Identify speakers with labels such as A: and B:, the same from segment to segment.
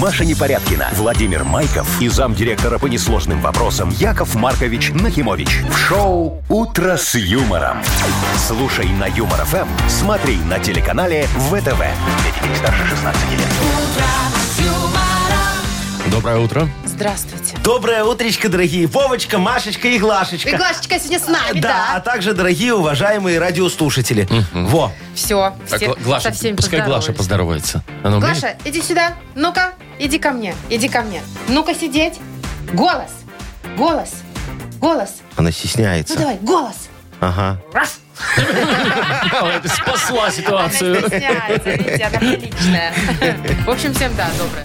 A: Маша Непорядкина, Владимир Майков и замдиректора по несложным вопросам Яков Маркович Нахимович. В шоу «Утро с юмором». Слушай на Юмор ФМ, смотри на телеканале ВТВ. Для детей старше 16 лет.
B: Доброе утро.
C: Здравствуйте.
D: Доброе утречко, дорогие Вовочка, Машечка и Глашечка.
C: И Глашечка сегодня с нами,
D: Да, а
C: да?
D: также, дорогие уважаемые радиослушатели. Во,
C: Все,
B: Так,
C: все
B: А, Гла- Глаша,
C: со всеми
B: пускай Глаша
C: поздоровались.
B: поздоровается. Она умеет?
C: Глаша, иди сюда. Ну-ка, иди ко мне. Иди ко мне. Ну-ка сидеть. Голос. Голос. Голос.
E: Она
C: Ну
E: стесняется.
C: давай, голос.
E: Ага.
C: Раз.
B: Ой, ты спасла
C: Она
B: ситуацию.
C: стесняется, видите, она приличная. В общем, всем да, доброе.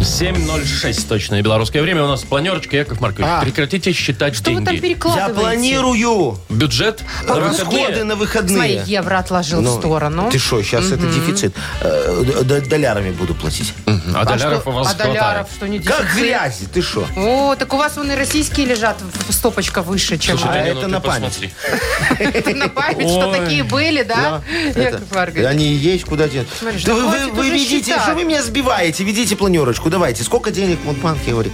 B: 7.06 точное белорусское время. У нас планерочка, Яков Маркович.
E: А.
B: Прекратите считать
C: Что вы Ну, там
B: деньги.
D: я
C: перекладываете?
D: планирую
B: Бюджет
E: А
B: на выходные.
D: расходы на
C: Смотри,
D: выходные.
C: евро отложил
B: Ну,
C: в сторону.
E: Ты что, сейчас это дефицит. Э, д- д- Долярами буду платить.
B: А доляров
C: что-
B: у вас
C: а доляров
B: хватает.
C: что не
E: Как
C: десять?
E: грязи, ты что?
C: О, так у вас вон и российские лежат в в стопочка выше, чем
B: Слушай,
E: А
B: Лена,
E: это
B: ты
E: на память.
B: посмотри.
C: ты на память, что
B: Ой.
C: такие были, да?
E: Это-
C: Яков Маркович.
E: Они и есть, куда деть.
C: Смотри,
E: Да
C: что
E: вы, вы,
C: хватит
E: вы
C: уже
E: ведите,
C: считать.
E: что вы меня сбиваете? Ведите планерочку, давайте. Сколько денег в Мудбанке, говорит?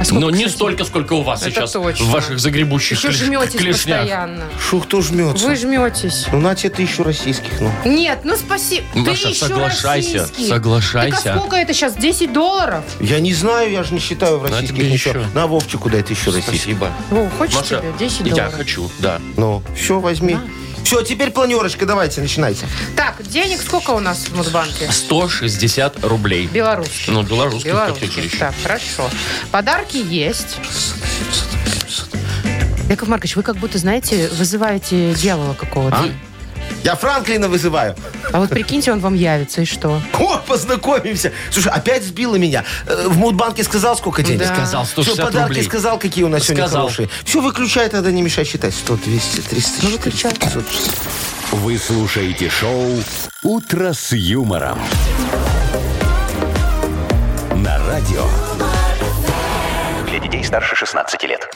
C: А сколько,
B: Но Ну, не
C: кстати?
B: столько, сколько у вас
C: Это
B: сейчас
C: точно.
B: в ваших загребущих
C: Еще
B: клеш-
C: жметесь
B: клешнях.
C: постоянно.
E: Шух, кто жмется?
C: Вы жметесь.
E: Ну, на тебе тысячу российских, ну.
C: Нет, ну спасибо.
B: Маша,
C: Ты еще
B: соглашайся,
C: российский.
B: соглашайся.
C: Так а сколько это сейчас? 10 долларов?
E: Я не знаю, я же не считаю в
B: На
E: российских
B: Ну, а тебе
E: ничего.
B: еще.
E: На Вовчику дай тысячу российских.
B: Спасибо.
C: О, хочешь
B: Маша,
C: тебе? 10
B: я
C: долларов.
B: хочу, да.
E: Ну, все, возьми. Все, теперь планерочка, давайте, начинайте.
C: Так, денег сколько у нас в Мудбанке?
B: 160 рублей.
C: Белорусских.
B: Ну, белорусских, как тебе
C: Белорусских,
B: еще.
C: так, хорошо. Подарки есть. Яков Маркович, вы как будто, знаете, вызываете дьявола
B: А?
C: какого-то.
E: Я Франклина вызываю.
C: А? вот прикиньте, он вам явится, и что?
E: О, познакомимся. Слушай, опять сбила меня. Э, В Мудбанке сказал, сколько денег?
C: Да.
B: Сказал
E: Все,
B: 160
E: подарки
B: рублей.
E: сказал, какие у нас сегодня
B: Сказал.
E: хорошие. Все, выключай тогда, не мешай считать. 100, 200,
C: Ну,
E: 300, 400, 500.
A: Вы слушаете шоу «Утро с юмором». На радио. Для детей старше 16 лет.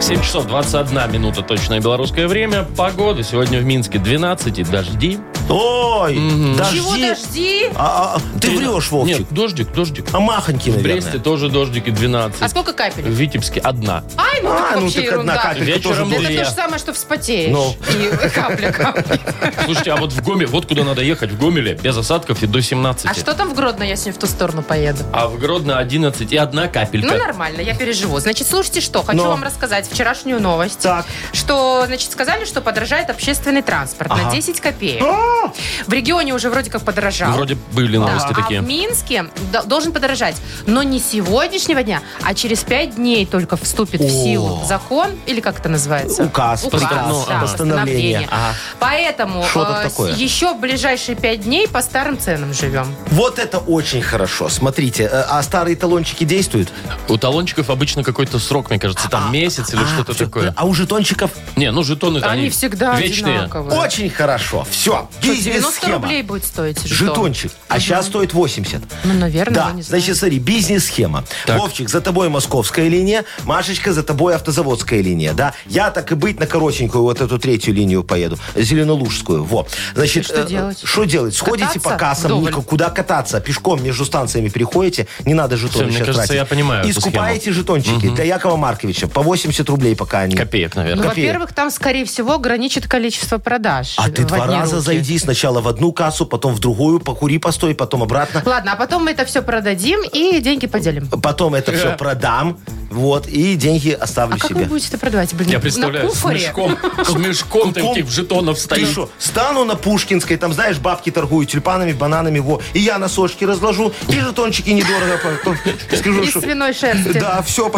B: 7 часов 21 минута точное белорусское время. Погода сегодня в Минске 12 и дожди.
E: Ой, дожди.
C: Чего дожди?
E: А, а, ты врешь, Вовчик.
B: Нет, дождик, дождик.
E: А махоньки,
B: В
E: наверное.
B: Бресте тоже дождики 12.
C: А сколько капель?
B: В Витебске одна.
C: Ай, ну,
E: А,
C: так
E: ну
C: вообще
E: так
C: ерунда.
E: одна капелька
B: Вечером
E: тоже
B: будет.
E: будет.
C: Это
B: Я.
C: то же самое, что вспотеешь.
E: Ну.
C: И капля капля.
B: Слушайте, а вот в Гоме, вот куда надо ехать, в Гомеле, без осадков и до 17.
C: А что там в Гродно, я сегодня в ту сторону поеду?
B: А в Гродно 11 и одна капелька.
C: Ну, нормально, я переживу. Значит, слушайте, что. Хочу
E: Но.
C: вам рассказать вчерашнюю новость.
E: Так.
C: Что, значит, сказали, что подорожает общественный транспорт на 10 копеек.
E: А!
C: В регионе уже вроде как подорожал.
B: Вроде были
C: Да.
B: новости такие.
C: А в Минске до- должен подорожать. Но не с сегодняшнего дня, а через 5 дней только вступит в силу закон, или как это называется?
E: Указ,
C: Указ,
B: постанов-
C: да,
B: а,
C: постановление.
E: ну, постановление. Ага.
C: Поэтому
E: Что там
C: э, с-
E: такое?
C: еще в ближайшие 5 дней по старым ценам живем.
E: Вот это очень хорошо. Смотрите, э, а старые талончики действуют?
B: У талончиков обычно какой-то срок, мне кажется,
C: А,
B: там месяц или что-то
E: всё.
B: такое.
E: А у жетончиков
B: Не, ну жетоны-то
C: Они, всегда
B: вечные.
C: одинаковые.
E: очень хорошо. Все.
C: Что, 90 рублей будет стоить жетон?
E: Жетончик. А сейчас стоит 80.
C: Ну, наверное,
E: Да,
C: я не знаю.
E: значит, смотри, бизнес-схема.
B: Так.
E: Вовчик, за тобой московская линия, Машечка, за тобой автозаводская линия, да? Я так и быть на коротенькую вот эту третью линию поеду, зеленолужскую, во. Значит,
C: И что
E: э,
C: делать?
E: Что делать? Сходите
C: Кататься
E: по кассам,
C: вдоволь?
E: Ника, куда кататься? Пешком между станциями переходите, не надо
B: Всё,
E: жетоны
B: мне
E: сейчас
B: кажется,
E: тратить.
B: я понимаю
E: И
B: эту
E: скупаете жетончики для Якова Марковича по 80 рублей пока они.
B: Копеек,
C: Ну,
B: наверное.
E: копеек.
C: во-первых, там, скорее всего, ограничит количество продаж.
E: А ты
C: в
E: два
C: одни
E: раза
C: руки.
E: зайди сначала в одну кассу, потом в другую, покури, постой, потом обратно.
C: Ладно, а потом мы это все продадим и деньги поделим.
E: Потом это
B: Э.
E: все продам, вот, и деньги оставлю
C: А как
E: себе.
C: вы будете это продавать? Блин,
B: Я представляю,
C: на
B: с
C: куфоре?
B: мешком, с мешком
E: Куком?
B: таких жетонов
E: Ты
B: стоит.
E: что, стану на Пушкинской, там, знаешь, бабки торгуют тюльпанами, бананами, во, и я носочки разложу, и жетончики недорого потом скажу,
C: Из
E: что...
C: свиной шерсти.
E: Да, все,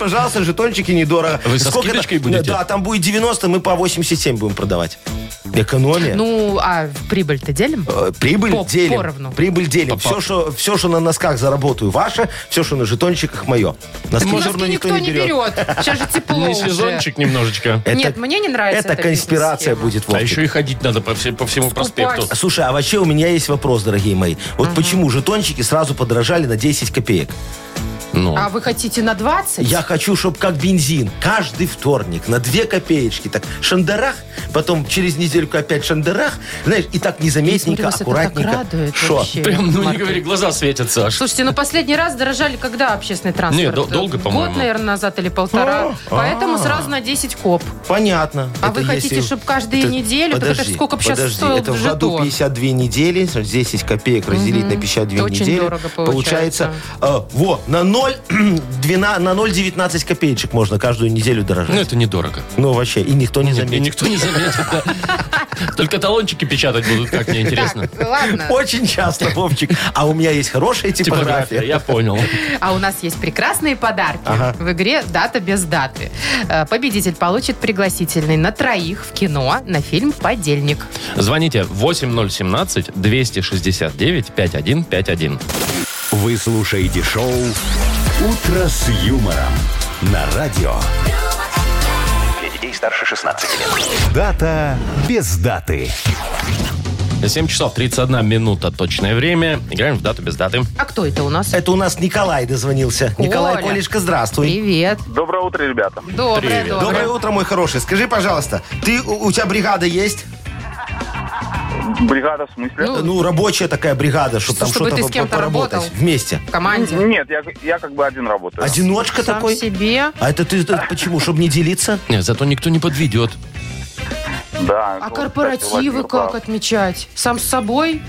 E: пожалуйста, жетончики недорого.
B: А Вы со
E: это-
B: скидочкой будете?
E: Да, там будет 90, мы по 87 будем продавать. Экономия.
C: Ну, а прибыль-то делим?
E: Э, Прибыль
C: по-
E: делим.
C: поровну.
E: Прибыль делим.
B: По-
E: Все что, все, что на носках заработаю, ваше, все, что на жетончиках, мое. Носки
C: Носки
E: жирно
C: никто, не берет. Сейчас же тепло
B: Не
C: уже.
B: сезончик немножечко.
E: Это-
C: Нет, мне не нравится
E: Это
C: эта
E: конспирация
C: бизнес-схема.
E: будет,
B: А
E: Вовчик.
B: еще и ходить надо по, все- по всему проспекту.
E: Слушай, а вообще у меня есть вопрос, дорогие мои. Вот почему жетончики сразу подорожали на 10 копеек?
B: Ну.
C: А вы хотите на 20?
E: Я хочу, чтобы как бензин. Каждый вторник на 2 копеечки. Так шандарах, потом через недельку опять шандарах. Знаешь, и так
C: Смотрю,
E: незаметненько,
C: вас это так
E: аккуратненько.
C: радует
E: Шо?
C: вообще,
B: Прям, ну не
C: Марк.
B: говори, глаза светятся А аж.
C: Слушайте, ну последний раз дорожали когда общественный транспорт?
B: Не, дол- долго, по-моему. а.
C: Год, наверное, назад или полтора. Поэтому сразу на 10 коп.
E: Понятно.
C: А вы хотите, чтоб каждую
E: Это-
C: неделю? Так это ж
E: Подожди,
C: сколько б щас
E: подожди,
C: стоил
E: это в году
C: жетон?
E: 52 недели, значит, 10 копеек разделить на 52
C: Это очень
E: недели.
C: дорого получается.
E: э, во, на 0, 12, на 0,19 копеечек можно каждую неделю
B: Ну,
E: дорожать.
B: это недорого.
E: Ну, вообще, и никто не
B: И
E: заметит.
B: никто не заметит. да. Только талончики печатать будут, как мне интересно.
C: Так, ну, ладно.
E: Очень часто, Вовчик. А у меня есть хорошая
B: Типография,
E: типография.
B: я понял.
C: А у нас есть прекрасные подарки. В игре «Дата без даты». Э, Победитель получит пригласительный на троих в кино на фильм «Подельник».
B: Звоните 8017-269-5151.
A: Вы слушаете шоу «Утро с юмором» на радио. Для детей старше 16 лет. Дата без даты.
B: 7 часов 31 минута точное время. Играем в дату без даты.
C: А кто это у нас?
E: Это у нас Николай дозвонился. Николай,
C: Коля.
E: Колешка, здравствуй.
C: Привет.
F: Доброе утро, ребята.
C: Доброе,
B: Привет.
C: доброе.
E: Доброе утро, мой хороший. Скажи, пожалуйста, ты, у у тебя бригада есть?
F: Бригада в смысле?
C: Ну,
E: Ну, рабочая такая бригада, чтобы там
C: Чтобы
E: что-то
C: ты с кем-то
E: по- поработать.
C: работал.
E: Вместе.
C: В команде.
F: Нет, я, я как бы один работаю.
E: Одиночка
C: Сам
E: такой?
C: себе.
E: А это ты это почему? Чтобы не делиться?
B: Нет, зато никто не подведет.
F: Да.
C: А
F: вот, кстати,
C: корпоративы
F: Владимир
C: как
F: прав.
C: отмечать? Сам с собой?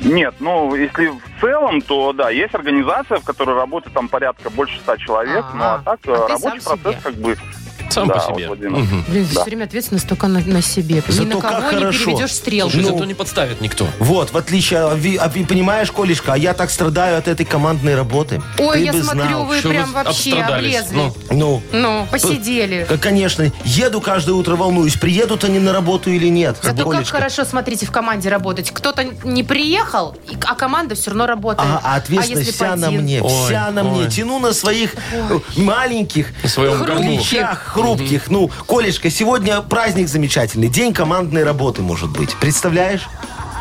F: Нет, ну, если в целом, то да, есть организация, в которой работает там порядка больше ста человек,
C: А,
F: ну, а так
C: а
F: э,
C: ты
F: рабочий
C: сам
F: процесс
C: себе.
F: как бы...
B: Сам
F: да,
B: по
F: вот
B: себе.
F: Владимир.
B: Мгм.
C: Блин,
F: Да.
C: все время ответственность только на, на себе. Ни
E: Зато
C: на
E: как
C: кого не
E: хорошо.
C: переведешь стрелку.
B: Слушай, зато не подставит никто.
E: Вот, в отличие, а ви- а ви- понимаешь, Колешка, а я так страдаю от этой командной работы.
C: Ой,
E: Ты
C: я
E: бы
C: смотрю,
E: знал.
C: вы
B: что вы
C: прям вообще
B: обстрадались.
C: облезли.
B: Ну.
C: Ну,
E: Ну,
C: посидели.
E: к- конечно, еду каждое утро, волнуюсь, приедут они на работу или нет.
C: Зато как
E: Колечка.
C: хорошо, смотрите, в команде работать. Кто-то не приехал, и- а команда все равно работает.
E: Ага, а ответственность
C: если
E: вся
C: по
E: на
C: один?
E: мне,
B: Ой,
E: вся на
B: ой.
E: мне. Тяну на своих э, маленьких
B: На своем горбу.
C: Хрупкий.
E: плечах хрупких. Ну, Колешка, сегодня праздник замечательный, день командной работы может быть. Представляешь?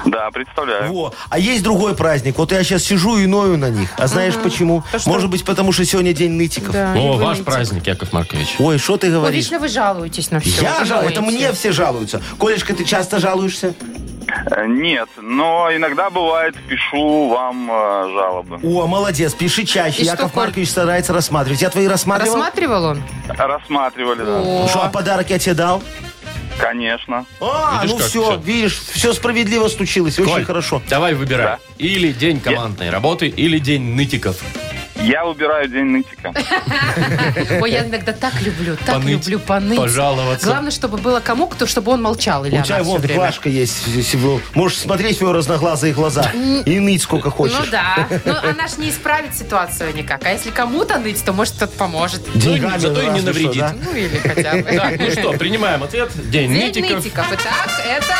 F: Да, представляю.
E: Во. А есть другой праздник. Вот я сейчас сижу и ною на них. А знаешь почему? Может быть, потому что сегодня день нытиков.
C: Да, не
B: О, ваш
C: вылетит.
B: праздник, Яков Маркович.
E: Ой, что ты
C: Вы
E: говоришь?
C: вечно вы жалуетесь на все.
E: Я жалуюсь, это мне все жалуются. Колешка, ты часто жалуешься?
F: Э, Нет, но иногда бывает, пишу вам э, жалобы.
E: О, молодец, пиши чаще.
C: И что,
E: Яков
C: Коль?
E: Маркович старается рассматривать. Я твои рассматривал?
C: Рассматривал он?
F: Рассматривали, да.
E: Ну
C: О,
E: Что, а подарок я тебе дал?
F: Конечно.
E: А,
B: Видишь,
E: ну
B: как
E: все,
B: всё?
E: видишь, все справедливо случилось,
B: Коль,
E: очень хорошо.
B: Давай выбирай.
F: Да.
B: Или день командной работы, или день нытиков.
F: Я выбираю день нытика.
C: Ой, я иногда так люблю, так
B: Поныть,
C: люблю поныть.
B: пожаловаться.
C: Главное, чтобы было кому, кто, чтобы он молчал или
E: У
C: она
E: тебя
C: всё
E: вон
C: время.
E: Глашка есть. если вы- Можешь смотреть в ее разноглазые глаза и ныть сколько хочешь.
C: Ну да. Ну она ж не исправит ситуацию никак. А если кому-то ныть, то может кто-то поможет.
E: Деньгами
B: Ну, зато и не
E: разве что,
B: навредит.
E: да?
C: Ну или хотя бы.
B: Так, ну что, принимаем ответ. День,
C: День
B: нытиков.
C: нытиков. Итак, это...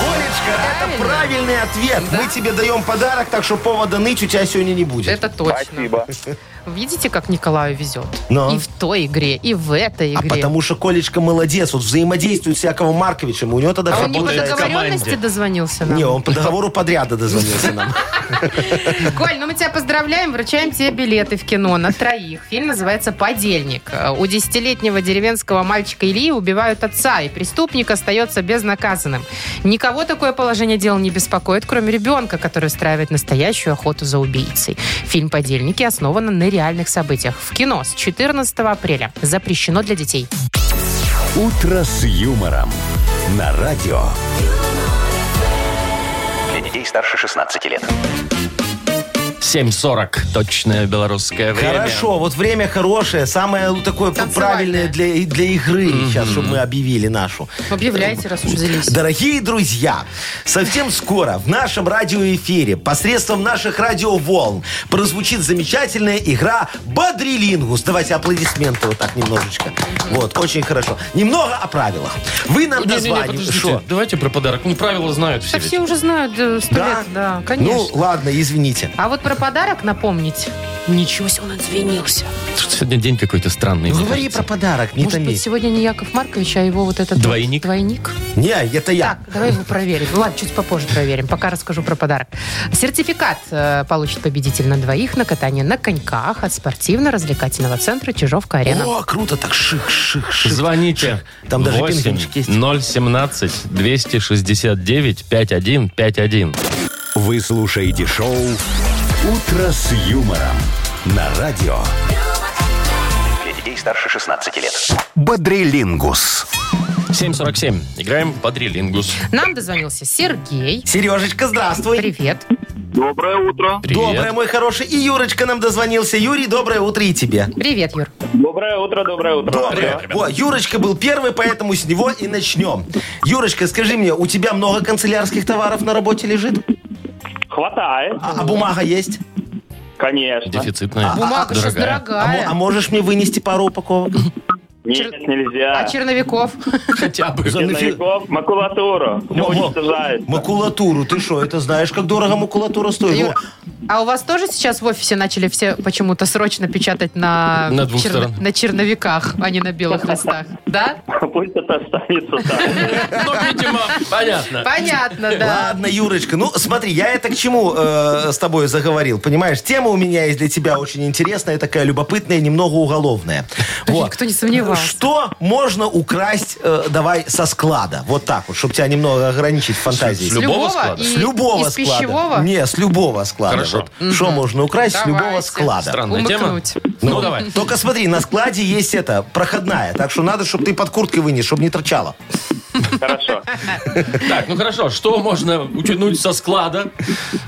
E: Колечка, это правильный ответ. Мы тебе даем подарок, так что повода ныть у тебя сегодня не будет.
C: Это точно.
F: Спасибо.
C: Видите, как Николаю везет?
E: Но.
C: И в той игре, и в этой
E: А
C: игре.
E: потому что Колечка молодец, вот взаимодействует с Яковом Марковичем, у него тогда
C: А
E: все
C: он не по
B: работает в
C: договоренности
B: команде.
C: дозвонился нам?
E: Не, он по договору подряда дозвонился нам.
C: Коль, ну мы тебя поздравляем, вручаем тебе билеты в кино на троих. Фильм называется «Подельник». Э, У десятилетнего деревенского мальчика Ильи убивают отца, и преступник остается безнаказанным. Никого такое положение дел не беспокоит, кроме ребенка, который устраивает настоящую охоту за убийцей. Фильм «Подельники» основан на реальных событиях. В кино с 14 апреля. Запрещено для детей.
A: «Утро с юмором» на радио. Для детей старше 16 лет.
B: 7.40. Точное белорусское время.
E: Хорошо, вот время хорошее, самое ну, такое
C: Танцевальное.
E: правильное для, и для игры сейчас, чтобы мы объявили нашу.
C: Объявляйте, раз уж взялись.
E: Дорогие друзья, совсем скоро в нашем радиоэфире посредством наших радиоволн прозвучит замечательная игра «Бодрилингус». Давайте аплодисменты вот так немножечко. Вот, очень хорошо. Немного о правилах. Вы нам
B: Не-не-не,
E: дозвонитесь.
B: подождите. Давайте про подарок. Ну, правила знают все.
C: Да
B: ведь.
C: все уже знают, э, сто
E: Да?
C: лет, да, конечно.
E: Ну, ладно, извините.
C: А вот про подарок напомнить. Ничего себе, он извинился.
B: Что-то Сегодня день какой-то странный. мне
E: Ну, Говори
B: кажется.
E: про подарок, не
C: Может
E: томи.
C: быть, сегодня не Яков Маркович, а его вот этот...
B: Двойник?
C: Двойник.
E: Не, это я.
C: Так, давай его проверим. Ну Ладно, чуть попозже проверим. Пока расскажу про подарок. Сертификат э, получит победитель на двоих на катание на коньках от спортивно-развлекательного центра Чижовка-Арена.
E: О, круто, так шик, шик, шик.
B: Звоните.
E: Там даже
B: 8
E: пингвинчик есть.
B: 017 269 5151.
A: Вы слушаете шоу «Утро с юмором» на радио.
G: Для детей старше 16 лет.
A: Бодрилингус.
B: 747. Играем в Бодрилингус.
C: Нам дозвонился Сергей.
E: Сережечка, здравствуй.
C: Привет.
F: Доброе утро.
B: Привет.
E: Доброе, мой хороший. И Юрочка нам дозвонился. Юрий, доброе утро и тебе.
C: Привет, Юр.
H: Доброе утро, доброе утро.
E: Доброе. Во, Юрочка был первый, поэтому с него и начнем. Юрочка, скажи мне, у тебя много канцелярских товаров на работе лежит?
H: Хватает,
E: А, а бумага есть?
H: конечно.
B: Дефицитная.
C: Бумага сейчас
B: дорогая.
E: А, мо-
C: дорогая.
E: а можешь мне вынести пару упаковок?
H: Нет, нельзя.
C: А черновиков?
B: Хотя бы.
E: ну,
H: Черновиков, макулатуру. Все
E: Во, во.
H: уничтожает.
E: Макулатуру, ты что, это знаешь, как дорого макулатура стоит?
C: Юр, а у вас тоже сейчас в офисе начали все почему-то срочно печатать на,
B: На двух
C: черно-
B: сторонах.
C: на черновиках, а не на белых листах? Да?
H: Пусть это останется так.
B: Ну, видимо,
E: А.
B: понятно.
C: Понятно, да.
E: Ладно, Юрочка, ну смотри, я это к чему э, с тобой заговорил, понимаешь? Тема у меня есть для тебя очень интересная, такая любопытная, немного уголовная.
C: Блин, Кто не сомневался.
E: Что можно украсть, э, давай, со склада? Вот так вот, чтобы тебя немного ограничить в фантазии.
B: С любого склада?
C: и-
E: С любого
C: из
E: склада.
C: пищевого?
E: Не, с любого склада.
B: Хорошо.
E: Вот Что можно украсть с любого
C: Давайте.
E: склада?
B: Странная тема.
C: Умыкнуть.
B: Ну, давай.
E: Только смотри, на складе есть это, проходная. Так что надо, чтобы ты под курткой вынес, чтобы не торчало.
H: Хорошо.
B: Так, ну хорошо, что можно утянуть со склада?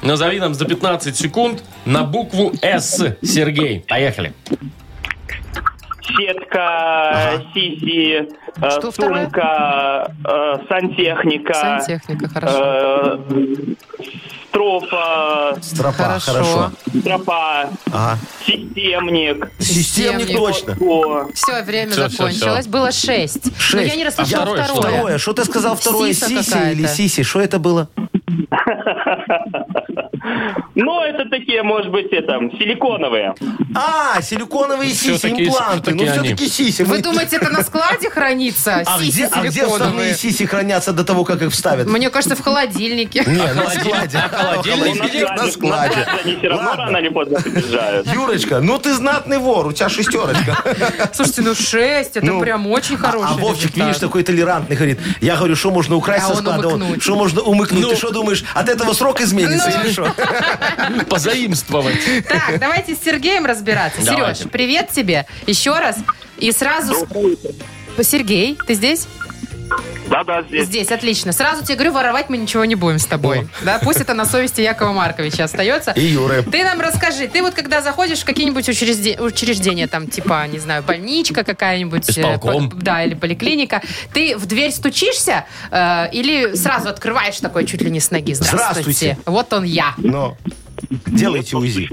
B: Назови нам за 15 секунд на букву «С». Сергей, поехали.
H: Сетка, сиси, э,
C: Что второе?
H: сумка, э, сантехника,
C: Сантехника, хорошо.
H: э, стропа,
E: Стропа,
C: Хорошо.
E: хорошо.
H: тропа,
E: Ага.
H: системник,
E: Системник,
C: Системник.
E: точно.
H: о,
C: Все, время
B: Всё, всё,
C: закончилось. Было шесть. Но
E: Шесть.
C: я не
B: А
C: расслышала
B: второе
C: второе.
B: что?
E: Второе, что ты сказал второе?
C: Сиса
E: Сиси
C: какая-то.
E: или сиси? Что это было?
H: Ну, это такие, может быть, это, силиконовые.
E: А, силиконовые сиси,
B: Всё-таки-
E: импланты. Ну,
B: всё-таки они.
E: все-таки сиси.
C: Вы
E: Мы-
C: думаете, это на складе хранится?
E: а
C: Сиси
E: где, а где
C: силиконовые?
E: вставные сиси хранятся до того, как их вставят?
C: Мне кажется, в холодильнике.
E: Не, ну, на складе.
B: холодильник
E: Холодильник на складе.
H: Они все равно
E: Ладно.
H: рано или поздно приезжают.
E: Юрочка, ну ты знатный вор, у тебя шестерочка.
C: Слушайте, ну шесть, это
E: Ну,
C: прям очень хороший
E: А Вовчик,
C: результат.
E: видишь, такой толерантный, говорит, я говорю, что можно украсть
C: А
E: со
C: он
E: склада, он,
C: умыкнуть.
E: что можно умыкнуть, ты что думаешь, от этого срок изменится
C: Ну.
E: или что?
B: Позаимствовать.
C: Так, давайте с Сергеем разбираться.
B: Давайте.
C: Сереж, привет тебе еще раз. И сразу... с- Сергей, ты здесь?
F: Да-да, здесь.
C: Здесь, отлично. Сразу тебе говорю, воровать мы ничего не будем с тобой. Да, пусть это на совести Якова Марковича остается.
E: И Юры.
C: Ты нам расскажи, ты вот когда заходишь в какие-нибудь учрежде- учреждения, там, типа, не знаю, больничка какая-нибудь. э,
B: Исполком.
C: по- Да, или поликлиника. Ты в дверь стучишься э, или сразу открываешь такой чуть ли не с ноги?
E: Здравствуйте.
C: Вот он я.
F: Ну.
E: Но делайте УЗИ.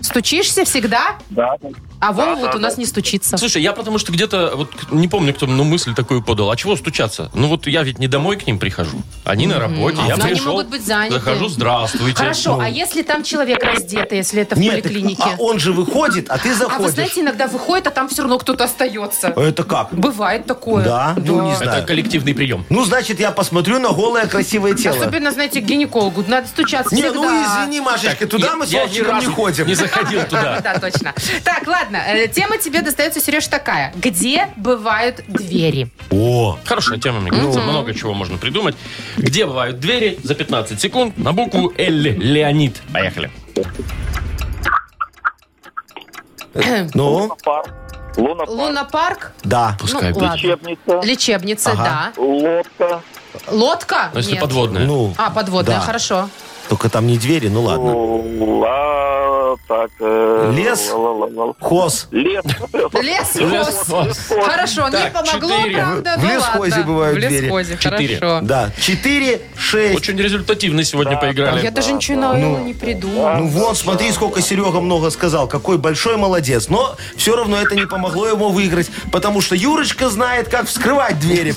C: Стучишься всегда?
F: Да.
C: А Вова
F: Да,
C: вот
F: да,
C: у
F: да.
C: нас не стучится.
B: Слушай, я потому что где-то, вот не помню, кто мне ну, мысль такую подал. А чего стучаться? Ну вот я ведь не домой к ним прихожу. Они на работе. Я
C: Но А они
B: пришел,
C: могут быть заняты.
B: захожу, здравствуйте.
C: Хорошо,
B: Ну,
C: а если там человек раздетый, если это в
E: Нет, так,
C: поликлинике?
E: а он же выходит, а ты
C: А вы
E: заходишь. А
C: знаете, иногда выходит, а там все равно кто-то остается.
E: Это как?
C: Бывает такое.
E: Да? Ну, не
B: Это
E: знаю.
B: коллективный прием.
E: Ну, значит, я посмотрю на голое красивое тело.
C: Особенно, знаете, к гинекологу. Надо стучаться
E: Не,
C: всегда.
E: ну извини, Машечка, туда
B: Я-
E: мы с
B: я ни
E: Вовчиком не
B: разу
E: ходим.
B: Не заходил туда.
C: Да, точно. Так, ладно, э, тема тебе достается, Сереж, такая. Где бывают двери?
E: О,
B: Хорошая тема, мне кажется. Много чего можно придумать. Где бывают двери? За 15 секунд на букву Л. Леонид. Поехали.
E: ну,
F: Пар. Луна,
C: Лунопарк?
E: да.
B: Пускай
C: ну,
B: будет.
C: ладно.
F: лечебница,
C: Лечебница,
E: Ага.
F: лодка.
C: да. Лодка?
B: Ну, если
C: Нет.
B: подводная.
E: Ну,
C: А, подводная,
E: Да.
C: хорошо.
E: только там не двери, ну ладно.
I: а,
F: Ла- так, э,
E: Лес?
F: ла-ла-ла-ла.
E: Хоз.
F: Лес.
B: Лес,
C: Лес, лес.
B: лес.
C: Хорошо, не
B: Так,
C: помогло,
B: четыре.
C: правда,
E: В
C: ну
E: лесхозе
C: ладно.
E: бывают
C: В
E: двери.
C: лесхозе,
B: Четыре.
C: хорошо.
E: Да, четыре, шесть.
B: Очень результативно сегодня поиграли.
C: Я даже ничего нового не придумала.
E: Ну вот, смотри, сколько Серега много сказал. Какой большой молодец. Но все равно это не помогло ему выиграть, потому что Юрочка знает, как вскрывать двери.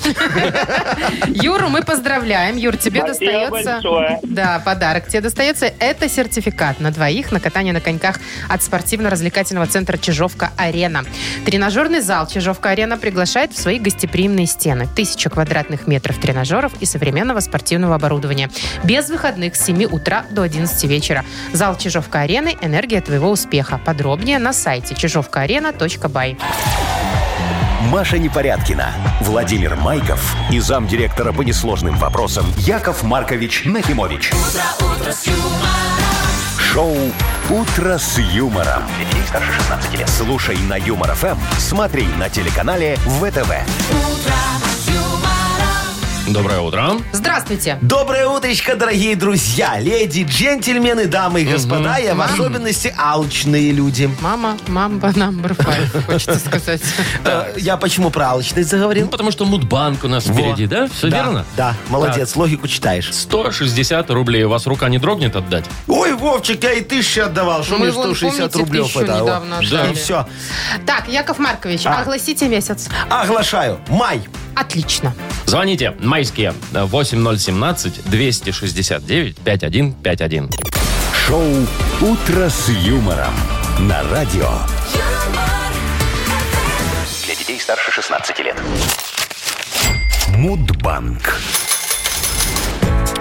C: Юру мы поздравляем. Юр, тебе
H: Спасибо
C: достается...
H: большое.
C: Да, подарок тебе достается. Это сертификат на двоих на катание на коньках от спортивно-развлекательного центра Чижовка-Арена. Тренажерный зал Чижовка-Арена приглашает в свои гостеприимные стены. Тысяча квадратных метров тренажеров и современного спортивного оборудования. Без выходных с 7 утра до 11 вечера. Зал Чижовка-Арены – энергия твоего успеха. Подробнее на сайте чижовкаарена.бай.
A: Маша Непорядкина, Владимир Майков и замдиректора по несложным вопросам Яков Маркович Нахимович. Шоу Утро с юмором. Детей старше 16 лет. Слушай на юмор ФМ, смотри на телеканале ВТВ.
B: Доброе утро.
C: Здравствуйте.
E: Доброе утречко, дорогие друзья, леди, джентльмены, дамы и господа, и в особенности алчные люди.
C: Мама, мамба, number five, хочется сказать.
E: Э, Я почему про алчность заговорил?
B: Ну, потому что Мудбанк у нас впереди, да? Все
E: Да,
B: верно?
E: Да, молодец, логику читаешь.
B: 160 рублей. У вас рука не дрогнет отдать?
E: Ой, Вовчик, я и тысячи отдавал, что
C: Мы
E: мне
C: Ну, вон,
E: 160
C: помните,
E: рублей
C: тысячу недавно отдали.
E: И все.
C: Так, Яков Маркович,
E: А.
C: огласите месяц.
E: Оглашаю. Май.
C: Отлично.
B: Звоните. Майские. 8017-269-5151.
A: Шоу Утро с юмором на радио.
G: Для детей старше 16 лет.
A: Мудбанк.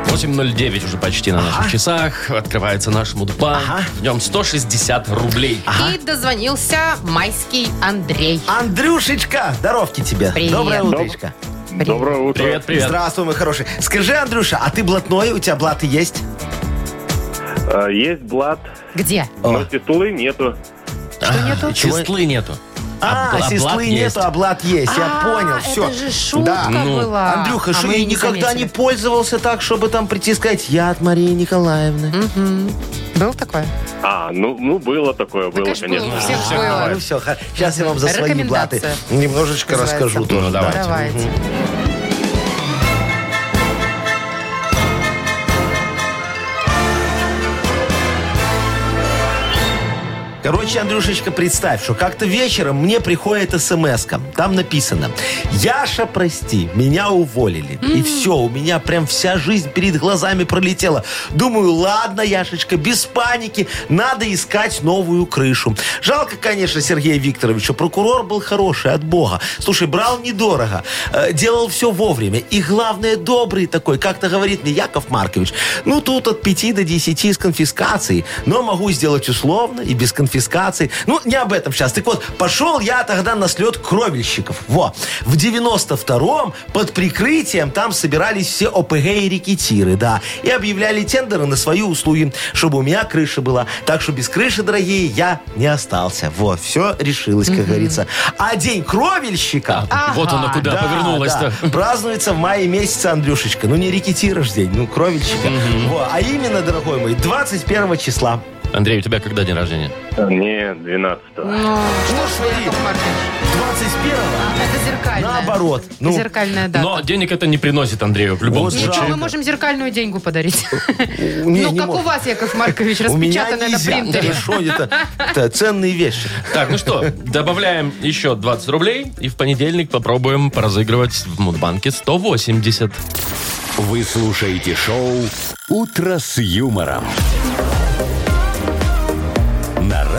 B: 8.09 уже почти на наших часах. Открывается наш Мудбанк. В нем 160 рублей.
C: И дозвонился майский Андрей.
E: Андрюшечка, здоровки тебе.
C: Привет.
E: Доброе утречко.
C: Привет.
B: Привет, привет.
E: Здравствуй, мой хороший. Скажи, Андрюша, а ты блатной? У тебя блаты есть?
I: Э, Есть блат,
C: Где?
I: но титулы нету.
C: Что нету?
B: Числы нету.
E: А,
B: бл- а блат
E: сестры
B: есть.
E: нету, а блат есть. Я
C: А,
E: понял, все.
C: Это же шутка
E: Да.
B: Ну,
C: была.
E: Андрюха,
C: А
E: что
C: мы
E: я
C: и
E: никогда не
C: заметили.
E: пользовался так, чтобы там прийти и сказать, я от Марии Николаевны.
C: Было такое?
I: А, ну, ну было такое, было,
C: конечно, было.
I: конечно.
C: У всех
E: А,
C: было.
E: Ну все, сейчас я вам за свои
C: Рекомендация.
E: блаты немножечко
C: Называется.
E: расскажу
B: Ну,
E: тоже. да.
B: давайте.
C: Давайте.
E: Короче, Андрюшечка, представь, что как-то вечером мне приходит смс -ка. Там написано, Яша, прости, меня уволили. И все, у меня прям вся жизнь перед глазами пролетела. Думаю, ладно, Яшечка, без паники, надо искать новую крышу. Жалко, конечно, Сергея Викторовича. Прокурор был хороший, от бога. Слушай, брал недорого, э, делал все вовремя. И главное, добрый такой, как-то говорит мне Яков Маркович. Ну, тут от 5 до 10 с конфискацией, но могу сделать условно и без конфискации. Ну, не об этом сейчас. Так вот, пошел я тогда на слет кровельщиков. Во. В 92-м под прикрытием там собирались все ОПГ и рекетиры, да. И объявляли тендеры на свои услуги, чтобы у меня крыша была. Так что без крыши, дорогие, я не остался. Вот, все решилось, как говорится. А день кровельщика...
B: А, Вот
C: Ага.
B: она куда
E: Да,
B: повернулась-то.
E: да. Празднуется в мае месяце, Андрюшечка. Ну, не рекетираж день, ну, кровельщика. Во, а именно, дорогой мой, 21 числа.
B: Андрей, у тебя когда день рождения?
I: Не, 12
C: Ну, что ж
E: ж
C: вы,
E: вы.
C: Яков Маркович,
E: 21
C: это зеркальная.
E: Наоборот. Ну.
C: Зеркальная дата.
B: Но денег это не приносит Андрею в любом
E: Вот
C: Ничего,
B: случае.
C: мы можем зеркальную деньгу подарить.
E: не,
C: ну,
E: не
C: как у
E: мож-
C: вас, Яков Маркович,
E: У меня
C: распечатанная на
E: нельзя.
C: принтере.
E: Хорошо, это, это ценные вещи.
B: Так, ну что, добавляем еще 20 рублей и в понедельник попробуем поразыгрывать в Мудбанке 180.
A: Вы слушаете шоу «Утро с юмором». На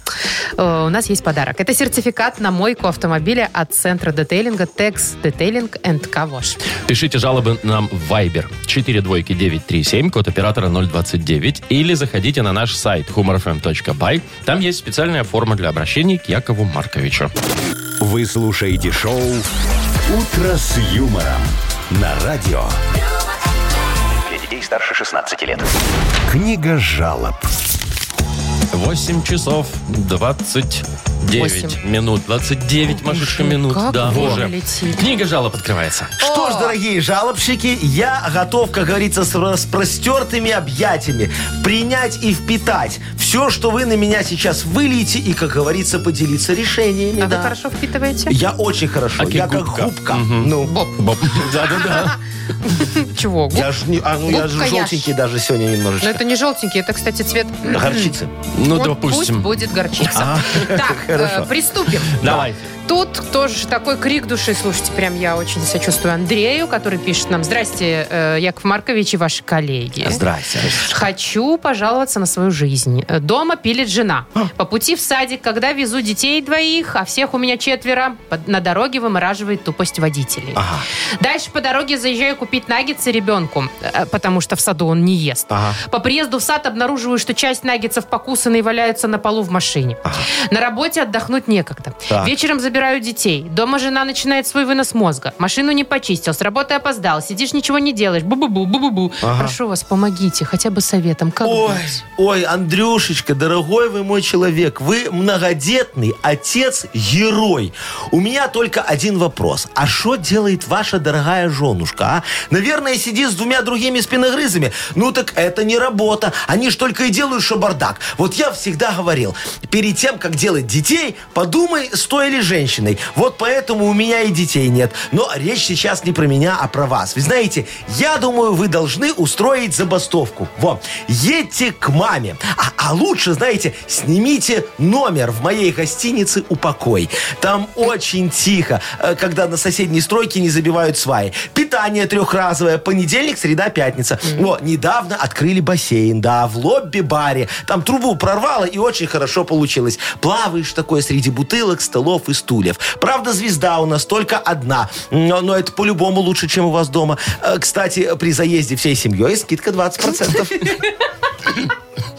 C: Э, У нас есть подарок. Это сертификат на мойку автомобиля от центра детейлинга Tex Detailing and Car Wash.
B: Пишите жалобы нам в Viber 42937, код оператора 029, или заходите на наш сайт humorfm.by. Там есть специальная форма для обращений к Якову Марковичу.
A: Вы слушаете шоу «Утро с юмором» на радио.
G: Для детей старше 16 лет.
A: Книга жалоб.
B: 8 часов 29
C: Восемь.
B: минут. 29, Машечка, минут.
C: как
B: да,
C: время
B: уже.
C: летит.
B: Книга жалоб открывается.
E: Что ж, дорогие жалобщики, я готов, как говорится, с распростертыми объятиями принять и впитать все, что вы на меня сейчас выльете и, как говорится, поделиться решениями.
C: А вы
E: да.
C: хорошо впитываете?
E: Я очень хорошо.
B: Аки
E: я как
B: губка.
E: губка. Ну,
C: Боб,
B: Боб. Да-да-да.
C: чего? Губ?
E: я ж не- а, ну, я же
C: Губка я ж.
E: желтенький даже сегодня
C: Но
E: немножечко.
C: это не желтенький, это, кстати, цвет...
E: Горчицы.
B: Ну,
C: Вот Пусть
B: допустим.
C: будет
E: А,
C: горчица. Так, э, приступим.
B: Давайте.
C: Тут тоже такой крик души. Слушайте, прям я очень сочувствую Андрею, который пишет нам. Здрасте, э, Яков Маркович и ваши коллеги.
E: Здрасте.
C: Хочу пожаловаться на свою жизнь. Э, Дома пилит жена. По пути в садик, когда везу детей двоих, а всех у меня четверо, под- на дороге вымораживает тупость водителей.
E: А.
C: Дальше по дороге заезжаю купить наггетсы ребенку, э, потому что в саду он не ест.
E: Ага.
C: По приезду в сад обнаруживаю, что часть наггетсов покусаны и валяются на полу в машине. На работе отдохнуть некогда.
E: Так.
C: Вечером забираю детей. Дома жена начинает свой вынос мозга. Машину не почистил, с работы опоздал. Сидишь, ничего не делаешь. Бу-бу-бу, бу-бу-бу. Прошу вас, помогите, хотя бы советом. Как
E: Ой,
C: быть?
E: ой, Андрюшечка, дорогой вы мой человек, вы многодетный отец-герой. У меня только один вопрос. А что делает ваша дорогая женушка, а? Наверное, сидит с двумя другими спиногрызами. Ну так это не работа. Они ж только и делают, что бардак. Вот я всегда говорил, перед тем, как делать детей, подумай, стоя ли женщиной. Вот поэтому у меня и детей нет. Но речь сейчас не про меня, а про вас. Вы знаете, я думаю, вы должны устроить забастовку. Во, едьте к маме. А, а лучше, знаете, снимите номер в моей гостинице «Упокой». Там очень тихо, э, когда на соседней стройке не забивают сваи. Питание трехразовое, понедельник, среда, пятница. Во, недавно открыли бассейн, да, в лобби-баре. Там трубу прорвало и очень хорошо получилось. Плаваешь такой среди бутылок, столов и стульев. Правда, звезда у нас только одна. Но, но это по-любому лучше, чем у вас дома. Э, Кстати, при заезде всей семьей скидка 20%.